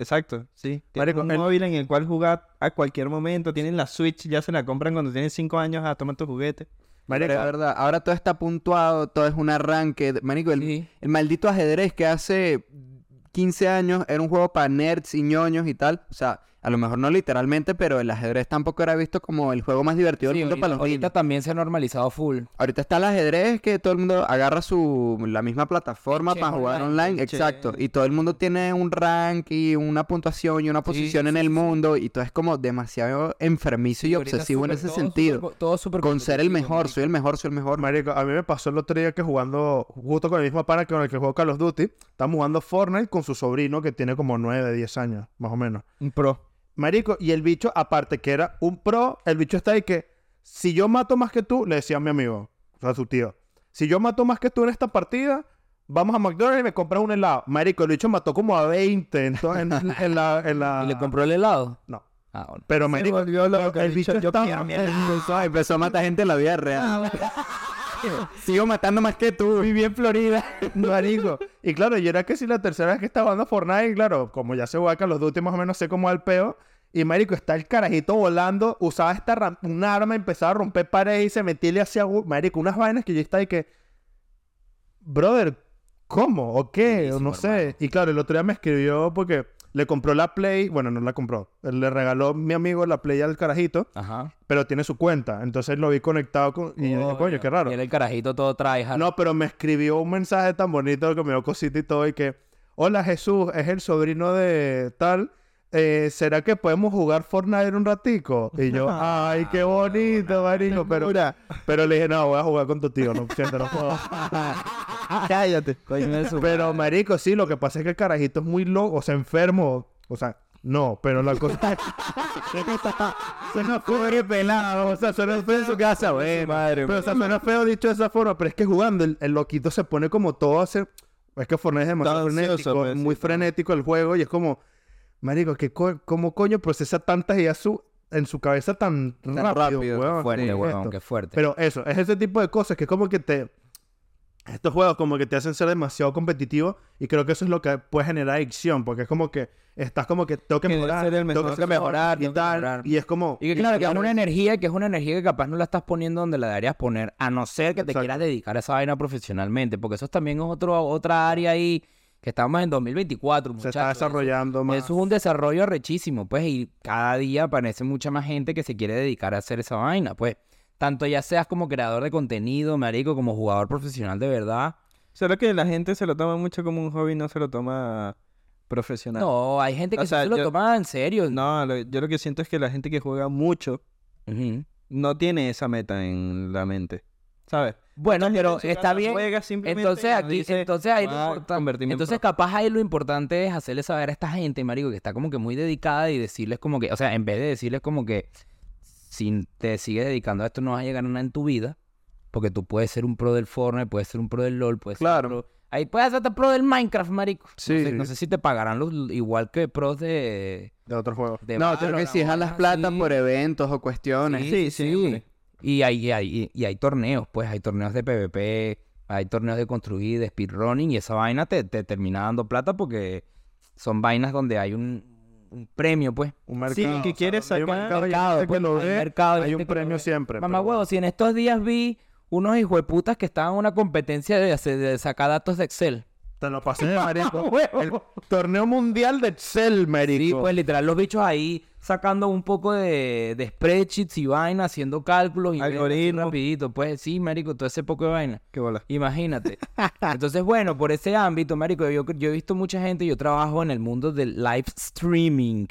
[SPEAKER 4] Exacto, sí. Tienen
[SPEAKER 2] Marico,
[SPEAKER 4] un
[SPEAKER 2] el-
[SPEAKER 4] móvil en el cual jugar a cualquier momento. Tienen la Switch, ya se la compran cuando tienen 5 años a tomar tu juguete.
[SPEAKER 2] Marico,
[SPEAKER 3] Pero es verdad, ahora todo está puntuado, todo es un arranque. Manico, el,
[SPEAKER 1] Sí.
[SPEAKER 3] el maldito ajedrez que hace 15 años era un juego para nerds y ñoños y tal. O sea, a lo mejor no literalmente, pero el ajedrez tampoco era visto como el juego más divertido
[SPEAKER 1] Sí,
[SPEAKER 3] del mundo
[SPEAKER 1] ahorita,
[SPEAKER 3] para los
[SPEAKER 1] ahorita
[SPEAKER 3] niños.
[SPEAKER 1] también se ha normalizado full.
[SPEAKER 3] Ahorita está el ajedrez que todo el mundo agarra su la misma plataforma
[SPEAKER 1] chess
[SPEAKER 3] para jugar
[SPEAKER 1] online,
[SPEAKER 3] online,
[SPEAKER 1] el chess.
[SPEAKER 3] exacto. Y todo el mundo tiene un rank y una puntuación y una posición en el mundo. Y todo es como demasiado enfermizo y
[SPEAKER 1] Ahorita
[SPEAKER 3] obsesivo en
[SPEAKER 1] súper-
[SPEAKER 3] ese
[SPEAKER 1] todo
[SPEAKER 3] sentido.
[SPEAKER 1] súper- todo súper
[SPEAKER 3] con ser el
[SPEAKER 1] competitivo,
[SPEAKER 3] mejor,
[SPEAKER 1] marico.
[SPEAKER 3] soy el mejor, soy el mejor.
[SPEAKER 2] marico, a mí me pasó el otro día que jugando justo con el mismo pana que con el que juego Call of Duty, estamos jugando Fortnite con su sobrino que tiene como 9, 10 años, más o menos.
[SPEAKER 4] Un pro.
[SPEAKER 2] Marico, y el bicho, aparte que era un pro, el bicho está ahí que, si yo mato más que tú, le decía a mi amigo, o sea, a su tío, si yo mato más que tú en esta partida, vamos a McDonald's y me compras un helado. Marico, el bicho mató como a 20 en, to- en- en la, en la-
[SPEAKER 1] ¿Y
[SPEAKER 3] ah.
[SPEAKER 1] le compró el helado?
[SPEAKER 2] No.
[SPEAKER 1] Ah, bueno.
[SPEAKER 2] Pero, marico,
[SPEAKER 4] volvió loco,
[SPEAKER 2] el bicho
[SPEAKER 4] yo
[SPEAKER 2] estaba-
[SPEAKER 4] quiero mi-
[SPEAKER 3] Empezó, ay, empezó a matar gente en la vida real. Sigo matando más que tú. Viví en Florida.
[SPEAKER 2] marico. Y claro, yo era que si la tercera vez que estaba jugando Fortnite, y claro, como ya se juega Call of Duty, más o menos sé cómo va el peo. Y marico, está el carajito volando, usaba esta ram- un arma, empezaba a romper paredes y se metía y le hacía, gu- marico, unas vainas que yo estaba y que... brother, ¿cómo? ¿O qué? O no
[SPEAKER 1] Buenísimo,
[SPEAKER 2] sé.
[SPEAKER 1] hermano.
[SPEAKER 2] Y claro, el otro día me escribió porque le compró la Play, bueno, no la compró, le regaló mi amigo la Play al carajito,
[SPEAKER 1] Ajá.
[SPEAKER 2] pero tiene su cuenta, entonces lo vi conectado con... Y yo dije, coño, qué raro.
[SPEAKER 1] Y era el carajito todo trae.
[SPEAKER 2] No, pero me escribió un mensaje tan bonito que me dio cosita y todo y que, hola Jesús, es el sobrino de tal. eh, ¿Será que podemos jugar Fortnite un ratico? Y yo, ay, qué bonito, marico. Pero, pero le dije, no, voy a jugar con tu tío, no siento, no puedo.
[SPEAKER 4] Cállate.
[SPEAKER 2] Pero, marico, sí, lo que pasa es que el carajito es muy loco, o sea, enfermo. O sea, no, pero la cosa... suena pobre pelado, o sea, suena feo en su casa, güey, madre. Pero, o sea, suena feo dicho de esa forma, pero es que jugando, el, el loquito se pone como todo hace... Es que Fortnite es demasiado
[SPEAKER 4] Todo ansioso,
[SPEAKER 2] frenético,
[SPEAKER 4] pues,
[SPEAKER 2] muy
[SPEAKER 4] sí,
[SPEAKER 2] frenético el juego y es como... Marico, ¿qué co- ¿cómo coño procesa tantas ideas su- en su cabeza tan, rápido,
[SPEAKER 3] rápido,
[SPEAKER 2] weón?
[SPEAKER 1] Fuerte,
[SPEAKER 2] Sí,
[SPEAKER 1] weón,
[SPEAKER 2] esto.
[SPEAKER 1] qué fuerte.
[SPEAKER 2] Pero eso, es ese tipo de cosas que es como que te... estos juegos como que te hacen ser demasiado competitivo y creo que eso es lo que puede generar adicción, porque es como que estás como que tengo que
[SPEAKER 4] Querer
[SPEAKER 2] mejorar,
[SPEAKER 4] ser el
[SPEAKER 2] tengo
[SPEAKER 4] mejor,
[SPEAKER 2] que mejorar y
[SPEAKER 1] tengo que
[SPEAKER 2] tal,
[SPEAKER 1] mejorar.
[SPEAKER 2] y es como...
[SPEAKER 1] Y que claro, que es una energía, que es una energía que capaz no la estás poniendo donde la deberías poner, a no ser que te
[SPEAKER 2] Exacto.
[SPEAKER 1] quieras dedicar a esa vaina profesionalmente, porque eso también es otro, otra área ahí que estamos en 2024,
[SPEAKER 2] se
[SPEAKER 1] muchachos.
[SPEAKER 2] está desarrollando más.
[SPEAKER 1] Eso es un desarrollo arrechísimo, pues, y cada día aparece mucha más gente que se quiere dedicar a hacer esa vaina, pues. Tanto ya seas como creador de contenido, marico, como jugador profesional de verdad.
[SPEAKER 4] Solo que la gente se lo toma mucho como un hobby, no se lo toma profesional.
[SPEAKER 1] No, hay gente
[SPEAKER 4] O
[SPEAKER 1] que sí
[SPEAKER 4] sea,
[SPEAKER 1] se lo
[SPEAKER 4] yo-
[SPEAKER 1] toma en serio.
[SPEAKER 4] No, lo- yo lo que siento es que la gente que juega mucho
[SPEAKER 1] Ujú.
[SPEAKER 4] no tiene esa meta en la mente. ¿Sabes?
[SPEAKER 1] Bueno, pero
[SPEAKER 4] Chica,
[SPEAKER 1] está
[SPEAKER 4] no
[SPEAKER 1] bien.
[SPEAKER 4] juega simplemente
[SPEAKER 1] Entonces
[SPEAKER 4] y no
[SPEAKER 1] aquí,
[SPEAKER 4] dice,
[SPEAKER 1] entonces ahí lo
[SPEAKER 4] "Voy a
[SPEAKER 1] importa-
[SPEAKER 4] convertirme en
[SPEAKER 1] Entonces
[SPEAKER 4] pro".
[SPEAKER 1] capaz ahí lo importante es hacerle saber a esta gente, marico, que está como que muy dedicada y decirles como que, o sea, en vez de decirles como que si te sigues dedicando a esto no vas a llegar a nada en tu vida, porque tú puedes ser un pro del Fortnite, puedes ser un pro del LoL, puedes ser un
[SPEAKER 3] Claro.
[SPEAKER 1] pro- Ahí puedes ser hasta pro del Minecraft, marico. No
[SPEAKER 3] Sí.
[SPEAKER 1] sé, no sé si te pagarán los igual que pros de...
[SPEAKER 2] de otros juegos.
[SPEAKER 1] de
[SPEAKER 3] No, creo que
[SPEAKER 1] Valorant
[SPEAKER 3] si
[SPEAKER 1] o
[SPEAKER 3] dejan las
[SPEAKER 1] algo
[SPEAKER 3] plata
[SPEAKER 1] así.
[SPEAKER 3] por eventos o cuestiones.
[SPEAKER 1] Sí, sí.
[SPEAKER 4] siempre.
[SPEAKER 1] Y hay, hay- y hay torneos, pues hay torneos de PvP, hay torneos de construir, de speedrunning, y esa vaina te, te termina dando plata porque son vainas donde hay un, un premio, pues.
[SPEAKER 2] Un
[SPEAKER 4] Sí,
[SPEAKER 2] mercado.
[SPEAKER 4] que
[SPEAKER 2] o sea,
[SPEAKER 4] quieres
[SPEAKER 2] donde hay un
[SPEAKER 4] sacar-
[SPEAKER 2] mercado, hay
[SPEAKER 1] Mercado,
[SPEAKER 2] gente que
[SPEAKER 1] pues,
[SPEAKER 2] lo
[SPEAKER 1] hay
[SPEAKER 2] ve,
[SPEAKER 1] mercado, hay
[SPEAKER 2] hay
[SPEAKER 1] gente
[SPEAKER 2] un
[SPEAKER 1] que lo
[SPEAKER 2] premio
[SPEAKER 1] ve.
[SPEAKER 2] siempre.
[SPEAKER 1] Mamá
[SPEAKER 2] pero-
[SPEAKER 1] huevo, si en estos días vi unos hijueputas que estaban en una competencia de, hacer- de sacar datos de Excel.
[SPEAKER 2] Te lo pasé, marico. El torneo mundial de Excel,
[SPEAKER 1] Sí,
[SPEAKER 2] marico.
[SPEAKER 1] pues literal, los bichos ahí sacando un poco de, de spreadsheets y vaina, haciendo cálculos y vainas así
[SPEAKER 4] Algoritmos.
[SPEAKER 1] rapidito. Pues sí, marico, todo ese poco de vaina.
[SPEAKER 4] Qué bola.
[SPEAKER 1] Imagínate. Entonces, bueno, por ese ámbito, marico, yo, yo he visto mucha gente, yo trabajo en el mundo del live streaming.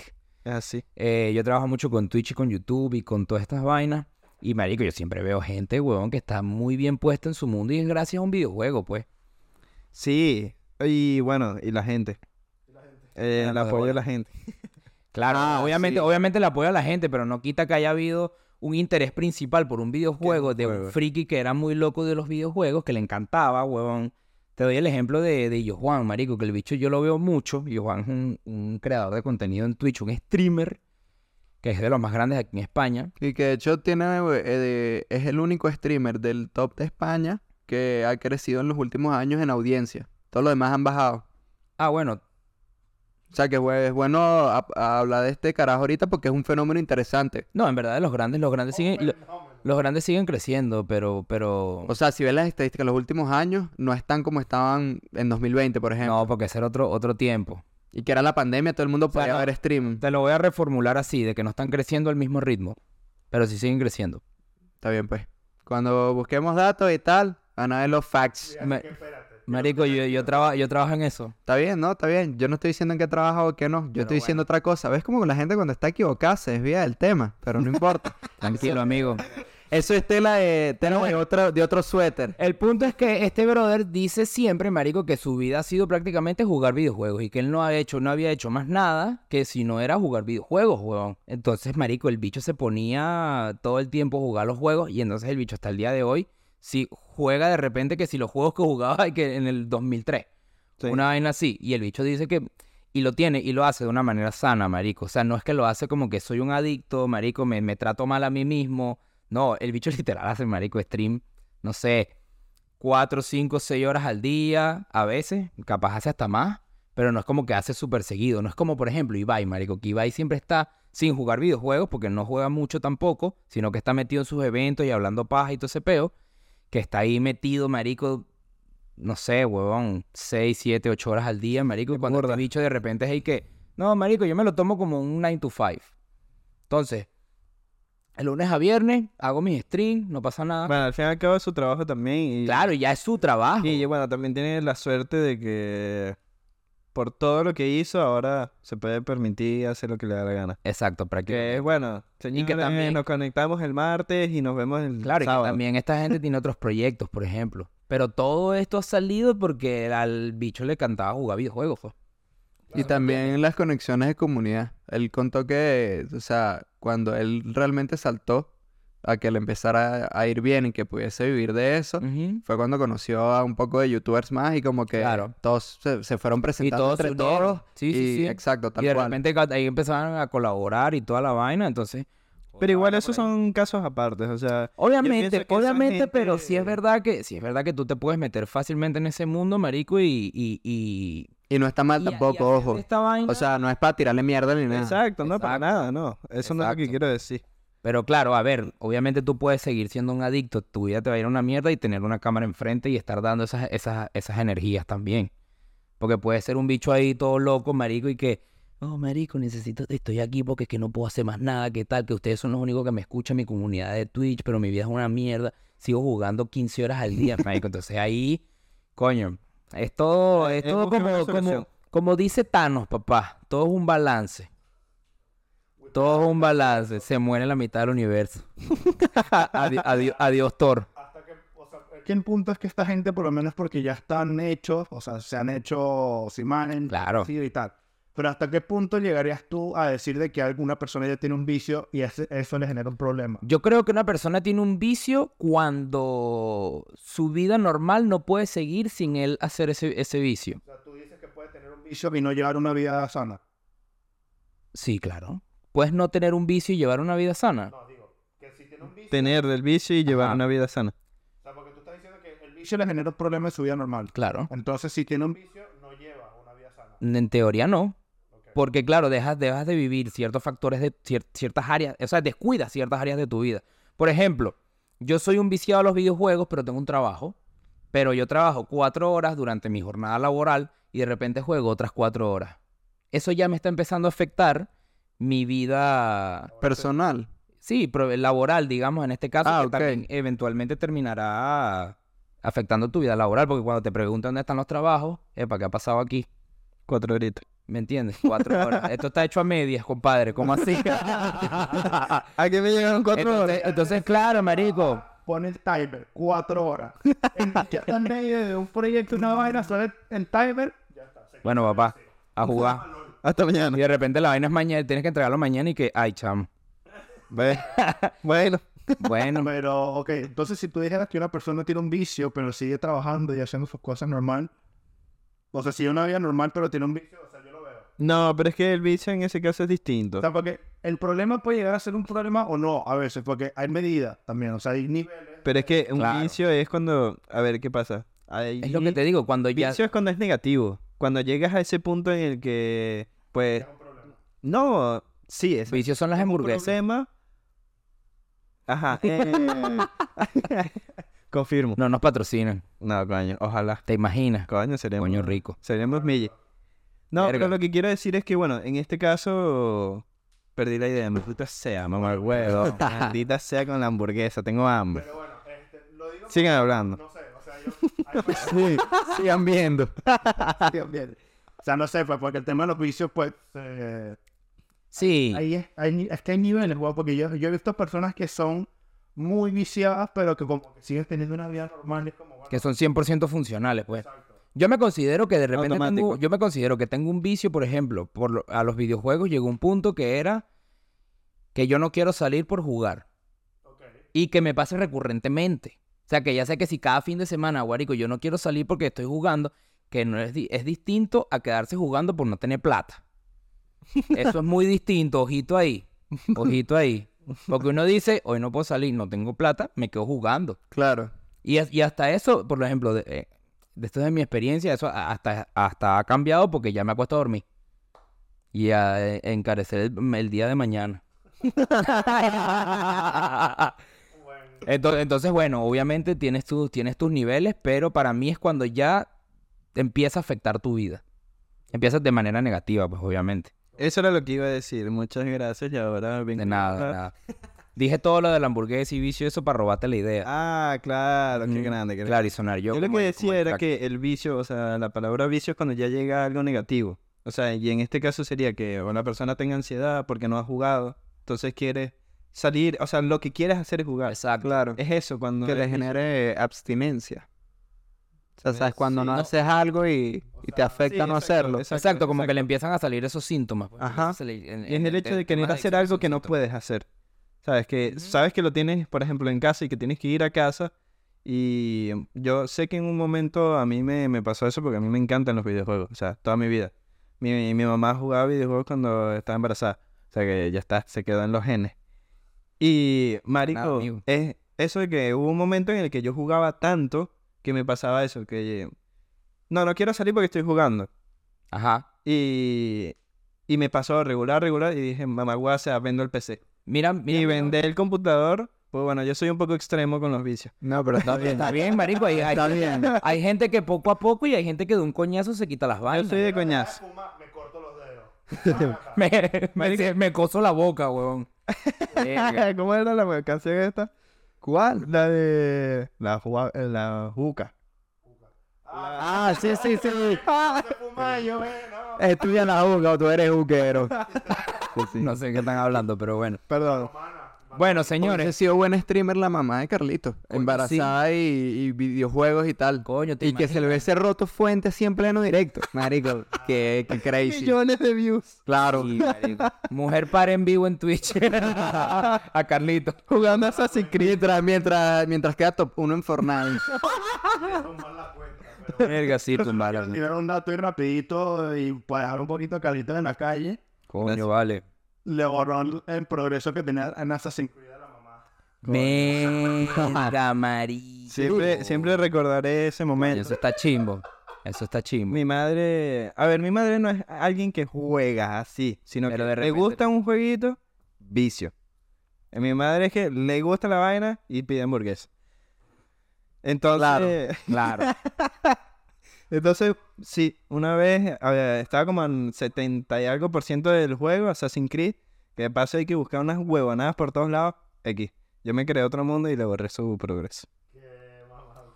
[SPEAKER 4] Es así.
[SPEAKER 1] Eh, yo trabajo mucho con Twitch y con YouTube y con todas estas vainas. Y, marico, yo siempre veo gente, huevón, que está muy bien puesta en su mundo y es gracias a un videojuego, pues.
[SPEAKER 4] Sí. Y bueno, y la gente. Eh, el
[SPEAKER 1] Bueno, de
[SPEAKER 4] apoyo
[SPEAKER 1] bola.
[SPEAKER 4] de la gente.
[SPEAKER 1] Claro,
[SPEAKER 3] Ah,
[SPEAKER 1] obviamente,
[SPEAKER 3] sí.
[SPEAKER 1] obviamente le apoyo a la gente, pero no quita que haya habido un interés principal por un videojuego de un friki que era muy loco de los videojuegos, que le encantaba, huevón. Te doy el ejemplo de, de Yo Juan, marico, que el bicho yo lo veo mucho. Yo Juan es un, un creador de contenido en Twitch, un streamer, que es de los más grandes aquí en España.
[SPEAKER 3] Y que de hecho tiene, eh, de- es el único streamer del top de España que ha crecido en los últimos años en audiencia. Todos los demás han bajado.
[SPEAKER 1] Ah, bueno,
[SPEAKER 3] O sea que bueno, es bueno a- a hablar de este carajo ahorita porque es un fenómeno interesante.
[SPEAKER 1] no, en verdad los grandes, los grandes siguen, lo- los grandes siguen creciendo, pero, pero,
[SPEAKER 3] O sea, si ves las estadísticas, los últimos años no están como estaban en 2020, por ejemplo.
[SPEAKER 1] no, porque ese era otro, otro tiempo.
[SPEAKER 3] Y que era la pandemia, todo el mundo
[SPEAKER 1] sea,
[SPEAKER 3] podía
[SPEAKER 1] no.
[SPEAKER 3] ver streaming.
[SPEAKER 1] Te lo voy a reformular así, de que no están creciendo al mismo ritmo, pero sí siguen creciendo.
[SPEAKER 3] Está bien, pues. Cuando busquemos datos y tal, van a ver los facts.
[SPEAKER 1] Ma- Marico, yo, yo, traba- yo trabajo en eso.
[SPEAKER 3] Está bien, ¿no? Está bien. Yo no estoy diciendo en qué trabaja o qué no. Yo estoy diciendo otra cosa. ¿Ves como la gente cuando está equivocada se desvía del tema? Pero no importa.
[SPEAKER 1] Tranquilo, amigo.
[SPEAKER 3] Eso es tela de, tela de, otra- de otro suéter.
[SPEAKER 1] El punto es que este brother dice siempre, marico, que su vida ha sido prácticamente jugar videojuegos y que él no ha hecho, no había hecho más nada que si no era jugar videojuegos, huevón. Entonces, marico, el bicho se ponía todo el tiempo a jugar los juegos y entonces el bicho hasta el día de hoy si juega de repente que si los juegos que jugaba que en el 2003,
[SPEAKER 4] Sí.
[SPEAKER 1] una vaina así y el bicho dice que y lo tiene y lo hace de una manera sana, marico. O sea, no es que lo hace como que soy un adicto, marico, me, me trato mal a mí mismo. No, el bicho literal hace, marico, stream, no sé, cuatro, cinco, seis horas al día, a veces, capaz hace hasta más, pero no es como que hace súper seguido. No es como, por ejemplo, Ibai, marico, que Ibai siempre está sin jugar videojuegos porque no juega mucho tampoco, sino que está metido en sus eventos y hablando paja y todo ese peo, que está ahí metido, marico, no sé, huevón, seis, siete, ocho horas al día, marico, y cuando este bicho de repente es el que, no, marico, yo me lo tomo como un 9 to 5. Entonces, el lunes a viernes hago mis streams, no pasa nada.
[SPEAKER 4] Bueno, al fin y al cabo es su trabajo también. Y,
[SPEAKER 1] Ah. Claro, ya es su trabajo.
[SPEAKER 4] Y bueno, también tiene la suerte de que por todo lo que hizo, ahora se puede permitir hacer lo que le da la gana.
[SPEAKER 1] Exacto,
[SPEAKER 4] Que
[SPEAKER 1] prácticamente.
[SPEAKER 4] es bueno. Señores,
[SPEAKER 1] también-
[SPEAKER 4] nos conectamos el martes y nos vemos el
[SPEAKER 1] Claro, y que
[SPEAKER 4] sábado.
[SPEAKER 1] también esta gente tiene otros proyectos, por ejemplo. Pero todo esto ha salido porque al bicho le cantaba jugar videojuegos, pues. fue.
[SPEAKER 3] Y también las conexiones de comunidad. Él contó que, o sea, cuando él realmente saltó a que le empezara a, a ir bien y que pudiese vivir de eso, fue cuando conoció a un poco de youtubers más y como que
[SPEAKER 1] Claro.
[SPEAKER 3] todos se, se fueron
[SPEAKER 1] Y
[SPEAKER 3] presentando
[SPEAKER 1] todos se
[SPEAKER 3] entre
[SPEAKER 1] unieron.
[SPEAKER 3] todos.
[SPEAKER 1] Sí, sí,
[SPEAKER 3] y-
[SPEAKER 1] sí.
[SPEAKER 3] Exacto, tal
[SPEAKER 1] y de
[SPEAKER 3] cual.
[SPEAKER 1] repente ca- ahí empezaron a colaborar y toda la vaina, entonces...
[SPEAKER 4] Pero igual esos son casos apartes, o sea...
[SPEAKER 1] Obviamente,
[SPEAKER 4] pienso que esa
[SPEAKER 1] obviamente, pero sí es
[SPEAKER 4] gente-
[SPEAKER 1] verdad que sí es verdad que tú te puedes meter fácilmente en ese mundo, marico, y y y
[SPEAKER 3] Y no está mal
[SPEAKER 1] y- y
[SPEAKER 3] Ah, tampoco,
[SPEAKER 1] hacer
[SPEAKER 3] ojo.
[SPEAKER 1] esta vaina.
[SPEAKER 3] O sea, no es para tirarle mierda ni nada.
[SPEAKER 4] Exacto, no, para
[SPEAKER 1] Exacto.
[SPEAKER 4] nada, no. Eso no es lo que
[SPEAKER 1] Exacto.
[SPEAKER 4] quiero decir.
[SPEAKER 1] pero claro, a ver, obviamente tú puedes seguir siendo un adicto, tu vida te va a ir a una mierda y tener una cámara enfrente y estar dando esas esas esas energías también. Porque puede ser un bicho ahí todo loco, marico, y que Oh, marico, necesito, estoy aquí porque es que no puedo hacer más nada, qué tal, que ustedes son los únicos que me escuchan, mi comunidad de Twitch, pero mi vida es una mierda, sigo jugando 15 horas al día, marico, entonces ahí, coño, es todo, es
[SPEAKER 4] Eh,
[SPEAKER 1] todo
[SPEAKER 4] busquen una
[SPEAKER 1] como, como,
[SPEAKER 4] solución.
[SPEAKER 1] como dice Thanos, papá, todo es un balance, todo es un balance, se muere la mitad del universo, Adi- adi- adiós Thor,
[SPEAKER 2] Aquí el punto es que esta gente, por lo menos porque ya están hechos, o sea, se han hecho imágenes,
[SPEAKER 1] Claro.
[SPEAKER 2] y tal. Pero ¿hasta qué punto llegarías tú a decir de que alguna persona ya tiene un vicio y ese- eso le genera un problema?
[SPEAKER 1] Yo creo que una persona tiene un vicio cuando su vida normal no puede seguir sin él hacer ese, ese vicio.
[SPEAKER 2] O sea, tú dices que puede tener un vicio y no llevar una vida sana.
[SPEAKER 1] Sí, claro. Puedes no tener un vicio y llevar una vida sana.
[SPEAKER 2] No, digo, que si tiene un vicio,
[SPEAKER 4] Tener el vicio y llevar
[SPEAKER 1] Ajá.
[SPEAKER 4] una vida sana.
[SPEAKER 2] o sea, porque tú estás diciendo que el vicio le genera un problema en su vida normal.
[SPEAKER 1] Claro.
[SPEAKER 2] Entonces, si tiene un vicio, no lleva una vida sana.
[SPEAKER 1] En teoría no. Porque claro, dejas, dejas de vivir ciertos factores de cier- ciertas áreas, o sea, descuidas ciertas áreas de tu vida. Por ejemplo, yo soy un viciado a los videojuegos, pero tengo un trabajo. Pero yo trabajo cuatro horas durante mi jornada laboral y de repente juego otras cuatro horas. Eso ya me está empezando a afectar mi vida
[SPEAKER 3] Personal.
[SPEAKER 1] Sí, pero el laboral, digamos, en este caso,
[SPEAKER 3] Ah,
[SPEAKER 1] que
[SPEAKER 3] ok.
[SPEAKER 1] también eventualmente terminará afectando tu vida laboral, porque cuando te preguntan dónde están los trabajos, epa, ¿qué ha pasado aquí?
[SPEAKER 4] Cuatro horitas.
[SPEAKER 1] ¿Me entiendes? Cuatro horas. Esto está hecho a medias, compadre, ¿cómo así?
[SPEAKER 4] ¿A qué me llegaron cuatro
[SPEAKER 1] entonces, entonces, claro, marico.
[SPEAKER 2] Pon el timer, cuatro horas. En- ya está en medio de un proyecto, una vaina, sale el timer.
[SPEAKER 1] Bueno, papá, a jugar.
[SPEAKER 4] Hasta mañana.
[SPEAKER 1] Y de repente la vaina es mañana, tienes que entregarlo mañana y que, ay, chamo.
[SPEAKER 4] Ve. bueno.
[SPEAKER 1] Bueno,
[SPEAKER 2] Pero, ok, entonces si tú dijeras que una persona tiene un vicio, pero sigue trabajando y haciendo sus cosas normal, o sea, sigue una vida normal, pero tiene un vicio, o sea, yo lo veo.
[SPEAKER 4] No, pero es que el vicio en ese caso es distinto.
[SPEAKER 2] O sea, porque el problema puede llegar a ser un problema o no, a veces, porque hay medidas también, o sea, hay niveles.
[SPEAKER 4] Pero es que un
[SPEAKER 1] Claro.
[SPEAKER 4] vicio es cuando... A ver, ¿qué pasa? Ahí-
[SPEAKER 1] es lo que te digo, cuando ya...
[SPEAKER 4] Vicio es cuando es negativo. Cuando llegas a ese punto en el que, pues... No, sí, es
[SPEAKER 1] Vicios son las hamburguesas.
[SPEAKER 4] problema. Ajá. eh. Confirmo.
[SPEAKER 1] No nos patrocinan,
[SPEAKER 4] No, coño, ojalá.
[SPEAKER 1] ¿te imaginas?
[SPEAKER 4] Coño, seremos.
[SPEAKER 1] Coño rico.
[SPEAKER 4] Seremos milli. No,
[SPEAKER 1] Verga.
[SPEAKER 4] pero lo que quiero decir es que, bueno, en este caso. Perdí la idea. Maldita sea, mamá huevo. Maldita sea con la hamburguesa. Tengo hambre.
[SPEAKER 2] Pero bueno, este, lo digo,
[SPEAKER 4] Sigan hablando.
[SPEAKER 2] no sé, o sea, yo... hay personas
[SPEAKER 3] Sigan viendo.
[SPEAKER 2] que también- O sea, no sé, pues, porque el tema de los vicios, pues, eh,
[SPEAKER 1] Sí.
[SPEAKER 2] Ahí es, hay, ni- es que hay niveles, weón, porque yo, yo he visto personas que son muy viciadas, pero que como que siguen teniendo una vida normal. Es como, bueno,
[SPEAKER 1] que son 100% funcionales, pues. Yo me considero que de repente tengo,
[SPEAKER 4] Automático.
[SPEAKER 1] yo me considero que tengo un vicio, por ejemplo, por lo- a los videojuegos llegó un punto que era que yo no quiero salir por jugar y que me pase recurrentemente. O sea, que ya sé que si cada fin de semana, guarico, yo no quiero salir porque estoy jugando, que no es, di- es distinto a quedarse jugando por no tener plata. Eso es muy distinto, ojito ahí, ojito ahí. Porque uno dice, hoy no puedo salir, no tengo plata, me quedo jugando.
[SPEAKER 3] Claro.
[SPEAKER 1] Y, as- y hasta eso, por ejemplo, de, eh, de esto de mi experiencia, eso a- hasta, hasta ha cambiado porque ya me acuesto a dormir. Y a eh, encarecer el, el día de mañana. entonces, entonces, bueno, obviamente tienes tus, tienes tus niveles, pero para mí es cuando ya empieza a afectar tu vida. Empiezas de manera negativa, pues obviamente.
[SPEAKER 4] Eso era lo que iba a decir. Muchas gracias. Y ahora vengo
[SPEAKER 1] De
[SPEAKER 4] a
[SPEAKER 1] nada, de
[SPEAKER 4] hablar.
[SPEAKER 1] nada. Dije todo lo de la hamburguesa y vicio, eso para robarte la idea.
[SPEAKER 4] Ah, claro. Qué
[SPEAKER 1] Mm,
[SPEAKER 4] grande. Qué grande.
[SPEAKER 1] Claro, y sonar yo.
[SPEAKER 4] Yo lo
[SPEAKER 1] como- como
[SPEAKER 4] que decía
[SPEAKER 1] el
[SPEAKER 4] era
[SPEAKER 1] crack.
[SPEAKER 4] que el vicio, o sea, la palabra vicio es cuando ya llega algo negativo. O sea, y en este caso sería que una persona tenga ansiedad porque no ha jugado, entonces quiere salir, o sea, lo que quieres hacer es jugar.
[SPEAKER 1] Exacto.
[SPEAKER 3] Claro.
[SPEAKER 4] Es eso cuando...
[SPEAKER 3] que le
[SPEAKER 4] es-
[SPEAKER 3] genere abstinencia. O sea,
[SPEAKER 4] Pues,
[SPEAKER 3] sabes, cuando
[SPEAKER 4] sí,
[SPEAKER 3] no,
[SPEAKER 4] no.
[SPEAKER 3] haces algo y, y te afecta
[SPEAKER 4] sí,
[SPEAKER 3] no
[SPEAKER 4] exacto,
[SPEAKER 3] hacerlo.
[SPEAKER 4] exacto.
[SPEAKER 1] Exacto, como que le empiezan a salir esos síntomas. pues,
[SPEAKER 3] Ajá.
[SPEAKER 1] eso se le- en-
[SPEAKER 4] Y es
[SPEAKER 1] en-
[SPEAKER 4] el hecho
[SPEAKER 1] te-
[SPEAKER 4] de querer
[SPEAKER 1] temas
[SPEAKER 4] hacer
[SPEAKER 1] adicciones
[SPEAKER 4] algo
[SPEAKER 1] son
[SPEAKER 4] que no
[SPEAKER 1] síntomas.
[SPEAKER 4] puedes hacer. Sabes que sabes que lo tienes, por ejemplo, en casa y que tienes que ir a casa. Y em, yo sé que en un momento a mí me, me pasó eso porque a mí me encantan los videojuegos, o sea, toda mi vida. Mi, mi mamá jugaba videojuegos cuando estaba embarazada, o sea que ya está, se quedó en los genes. Y, marico,
[SPEAKER 1] Nada, amigo.
[SPEAKER 4] es eso de que hubo un momento en el que yo jugaba tanto que me pasaba eso, que eh, no, no quiero salir porque estoy jugando.
[SPEAKER 1] Ajá.
[SPEAKER 4] Y, y me pasó regular, regular, y dije, mamá, o sea, vendo el PC.
[SPEAKER 1] Mira, mira.
[SPEAKER 4] y vender el computador, pues bueno, yo soy un poco extremo con los vicios.
[SPEAKER 3] No, pero está bien.
[SPEAKER 1] Está bien, marico. Hay, hay-
[SPEAKER 3] Está bien.
[SPEAKER 1] hay gente que poco a poco y hay gente que de un coñazo se quita las
[SPEAKER 4] Yo
[SPEAKER 1] vainas.
[SPEAKER 4] soy de coñazo.
[SPEAKER 2] Me corto los dedos.
[SPEAKER 1] Me, me, se- me coso la boca, huevón. Verga.
[SPEAKER 4] ¿Cómo era la we- canción esta?
[SPEAKER 3] ¿Cuál?
[SPEAKER 4] La de la, jua- eh, la juca.
[SPEAKER 3] Ah, sí, sí, sí.
[SPEAKER 2] yo,
[SPEAKER 3] Estudia en la UCA o tú eres juquero. Sí, sí.
[SPEAKER 1] No sé qué están hablando, pero bueno.
[SPEAKER 4] Perdón.
[SPEAKER 1] Bueno,
[SPEAKER 3] Hubiese
[SPEAKER 1] señores.
[SPEAKER 3] sido buen streamer la mamá de Carlitos. embarazada y, y videojuegos y tal.
[SPEAKER 1] Coño, te
[SPEAKER 3] y que se le hubiese roto fuente así en pleno directo. Marico, qué, qué crazy.
[SPEAKER 4] Millones de views
[SPEAKER 3] Claro.
[SPEAKER 1] Mujer para en vivo en Twitch. a Carlito.
[SPEAKER 4] jugando Assassin's Creed.
[SPEAKER 3] Mientras, mientras, mientras queda top 1 en Fortnite.
[SPEAKER 1] Verga, sí, tu
[SPEAKER 2] Tirar un dato y rapidito y para dejar un poquito a Carlitos en la calle,
[SPEAKER 1] Coño, vale.
[SPEAKER 2] le borró el progreso que tenía en Assassin's Creed a la mamá.
[SPEAKER 1] Verga, marico.
[SPEAKER 4] Siempre, siempre recordaré ese momento.
[SPEAKER 1] Eso está chimbo. Eso está chimbo.
[SPEAKER 4] Mi madre, a ver, mi madre no es alguien que juega así, sino
[SPEAKER 1] Pero de
[SPEAKER 4] que le
[SPEAKER 1] repente-
[SPEAKER 4] gusta un jueguito, vicio. Eh, Mi madre es que le gusta la vaina y pide hamburguesa. Entonces,
[SPEAKER 1] Claro.
[SPEAKER 4] entonces sí, una vez a ver, estaba como en 70 y algo por ciento del juego, Assassin's Creed, que de paso hay que buscar unas huevonadas por todos lados, X. Yo me creé otro mundo y le borré su progreso.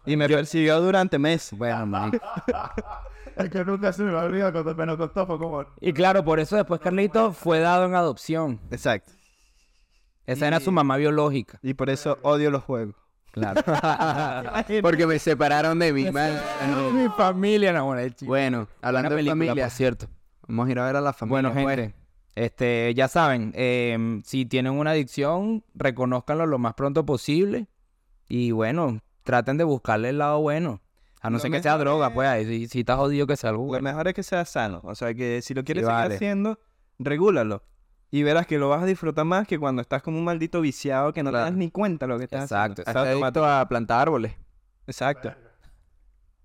[SPEAKER 4] Y me persiguió durante meses.
[SPEAKER 1] Bueno, marico.
[SPEAKER 2] Es que nunca se me va a olvidar cuando me lo contó, fue como...
[SPEAKER 1] Y claro, por eso después Carlito fue dado en adopción.
[SPEAKER 4] Exacto.
[SPEAKER 1] Esa era su mamá biológica.
[SPEAKER 4] Y por eso odio los juegos.
[SPEAKER 1] Claro.
[SPEAKER 3] Porque me separaron de mi madre.
[SPEAKER 1] Mi familia, no, bueno, el chico.
[SPEAKER 3] Bueno,
[SPEAKER 1] Una
[SPEAKER 3] hablando de
[SPEAKER 1] película,
[SPEAKER 3] familia.
[SPEAKER 1] por cierto.
[SPEAKER 3] Vamos a ir a ver a la familia.
[SPEAKER 1] Bueno,
[SPEAKER 3] pues.
[SPEAKER 1] gente, este, ya saben, em, si tienen una adicción, reconózcanlo lo más pronto posible. Y bueno, traten de buscarle el lado bueno. A no
[SPEAKER 4] Lo
[SPEAKER 1] ser que sea
[SPEAKER 4] mejor
[SPEAKER 1] droga,
[SPEAKER 4] es-
[SPEAKER 1] pues, ahí si, si estás jodido que sea algo
[SPEAKER 4] Lo
[SPEAKER 1] bueno.
[SPEAKER 4] mejor es que sea sano. O sea, que si lo quieres
[SPEAKER 1] Sí,
[SPEAKER 4] seguir
[SPEAKER 1] vale.
[SPEAKER 4] haciendo, regúlalo. Y verás que lo vas a disfrutar más que cuando estás como un maldito viciado que no te
[SPEAKER 3] Claro.
[SPEAKER 4] das ni cuenta lo que estás
[SPEAKER 1] Exacto,
[SPEAKER 4] haciendo.
[SPEAKER 3] Hasta
[SPEAKER 4] Estás
[SPEAKER 3] adicto
[SPEAKER 4] automático.
[SPEAKER 3] a plantar árboles.
[SPEAKER 4] Exacto.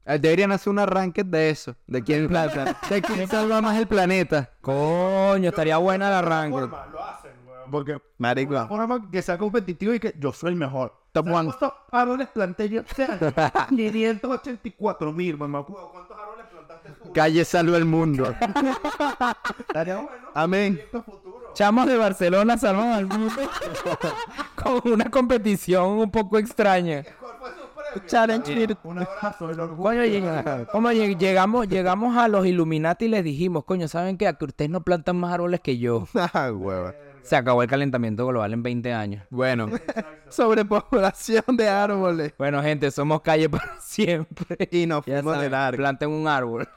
[SPEAKER 3] Eh, Deberían hacer un arranque de eso. De quién, planta, de quién salva más el planeta.
[SPEAKER 1] Coño, estaría buena el arranque.
[SPEAKER 2] Lo hacen, weón. Porque una
[SPEAKER 4] Marico.
[SPEAKER 2] forma que sea competitivo y que yo soy el mejor.
[SPEAKER 3] Top
[SPEAKER 2] Se han
[SPEAKER 3] one.
[SPEAKER 2] puesto árboles planté yo este año? 584 mil, mamá. ¿Cuántos árboles plantaste tú?
[SPEAKER 3] Calle salva el mundo.
[SPEAKER 2] Estaría bueno.
[SPEAKER 4] Amén.
[SPEAKER 2] Proyecto futuro.
[SPEAKER 1] Chamos de Barcelona salvan al mundo con una competición un poco extraña.
[SPEAKER 2] ¿Cuál fue su premio?
[SPEAKER 4] Challenge Virtual.
[SPEAKER 2] Un abrazo, el orgullo.
[SPEAKER 1] Coño, lleg- coño, lleg- llegamos, llegamos a los Illuminati y les dijimos, coño, ¿saben qué? A que ustedes no plantan más árboles que yo.
[SPEAKER 4] Ah, hueva.
[SPEAKER 1] Se acabó el calentamiento global en 20 años.
[SPEAKER 3] Bueno,
[SPEAKER 4] Sobrepoblación de árboles.
[SPEAKER 1] Bueno, gente, somos calle para siempre.
[SPEAKER 4] Y nos
[SPEAKER 1] Ya
[SPEAKER 4] fuimos
[SPEAKER 1] saben,
[SPEAKER 4] del arco.
[SPEAKER 1] Planten un árbol.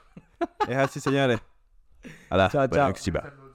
[SPEAKER 4] Es así, señores. A la
[SPEAKER 1] Chao, chao.
[SPEAKER 4] próxima.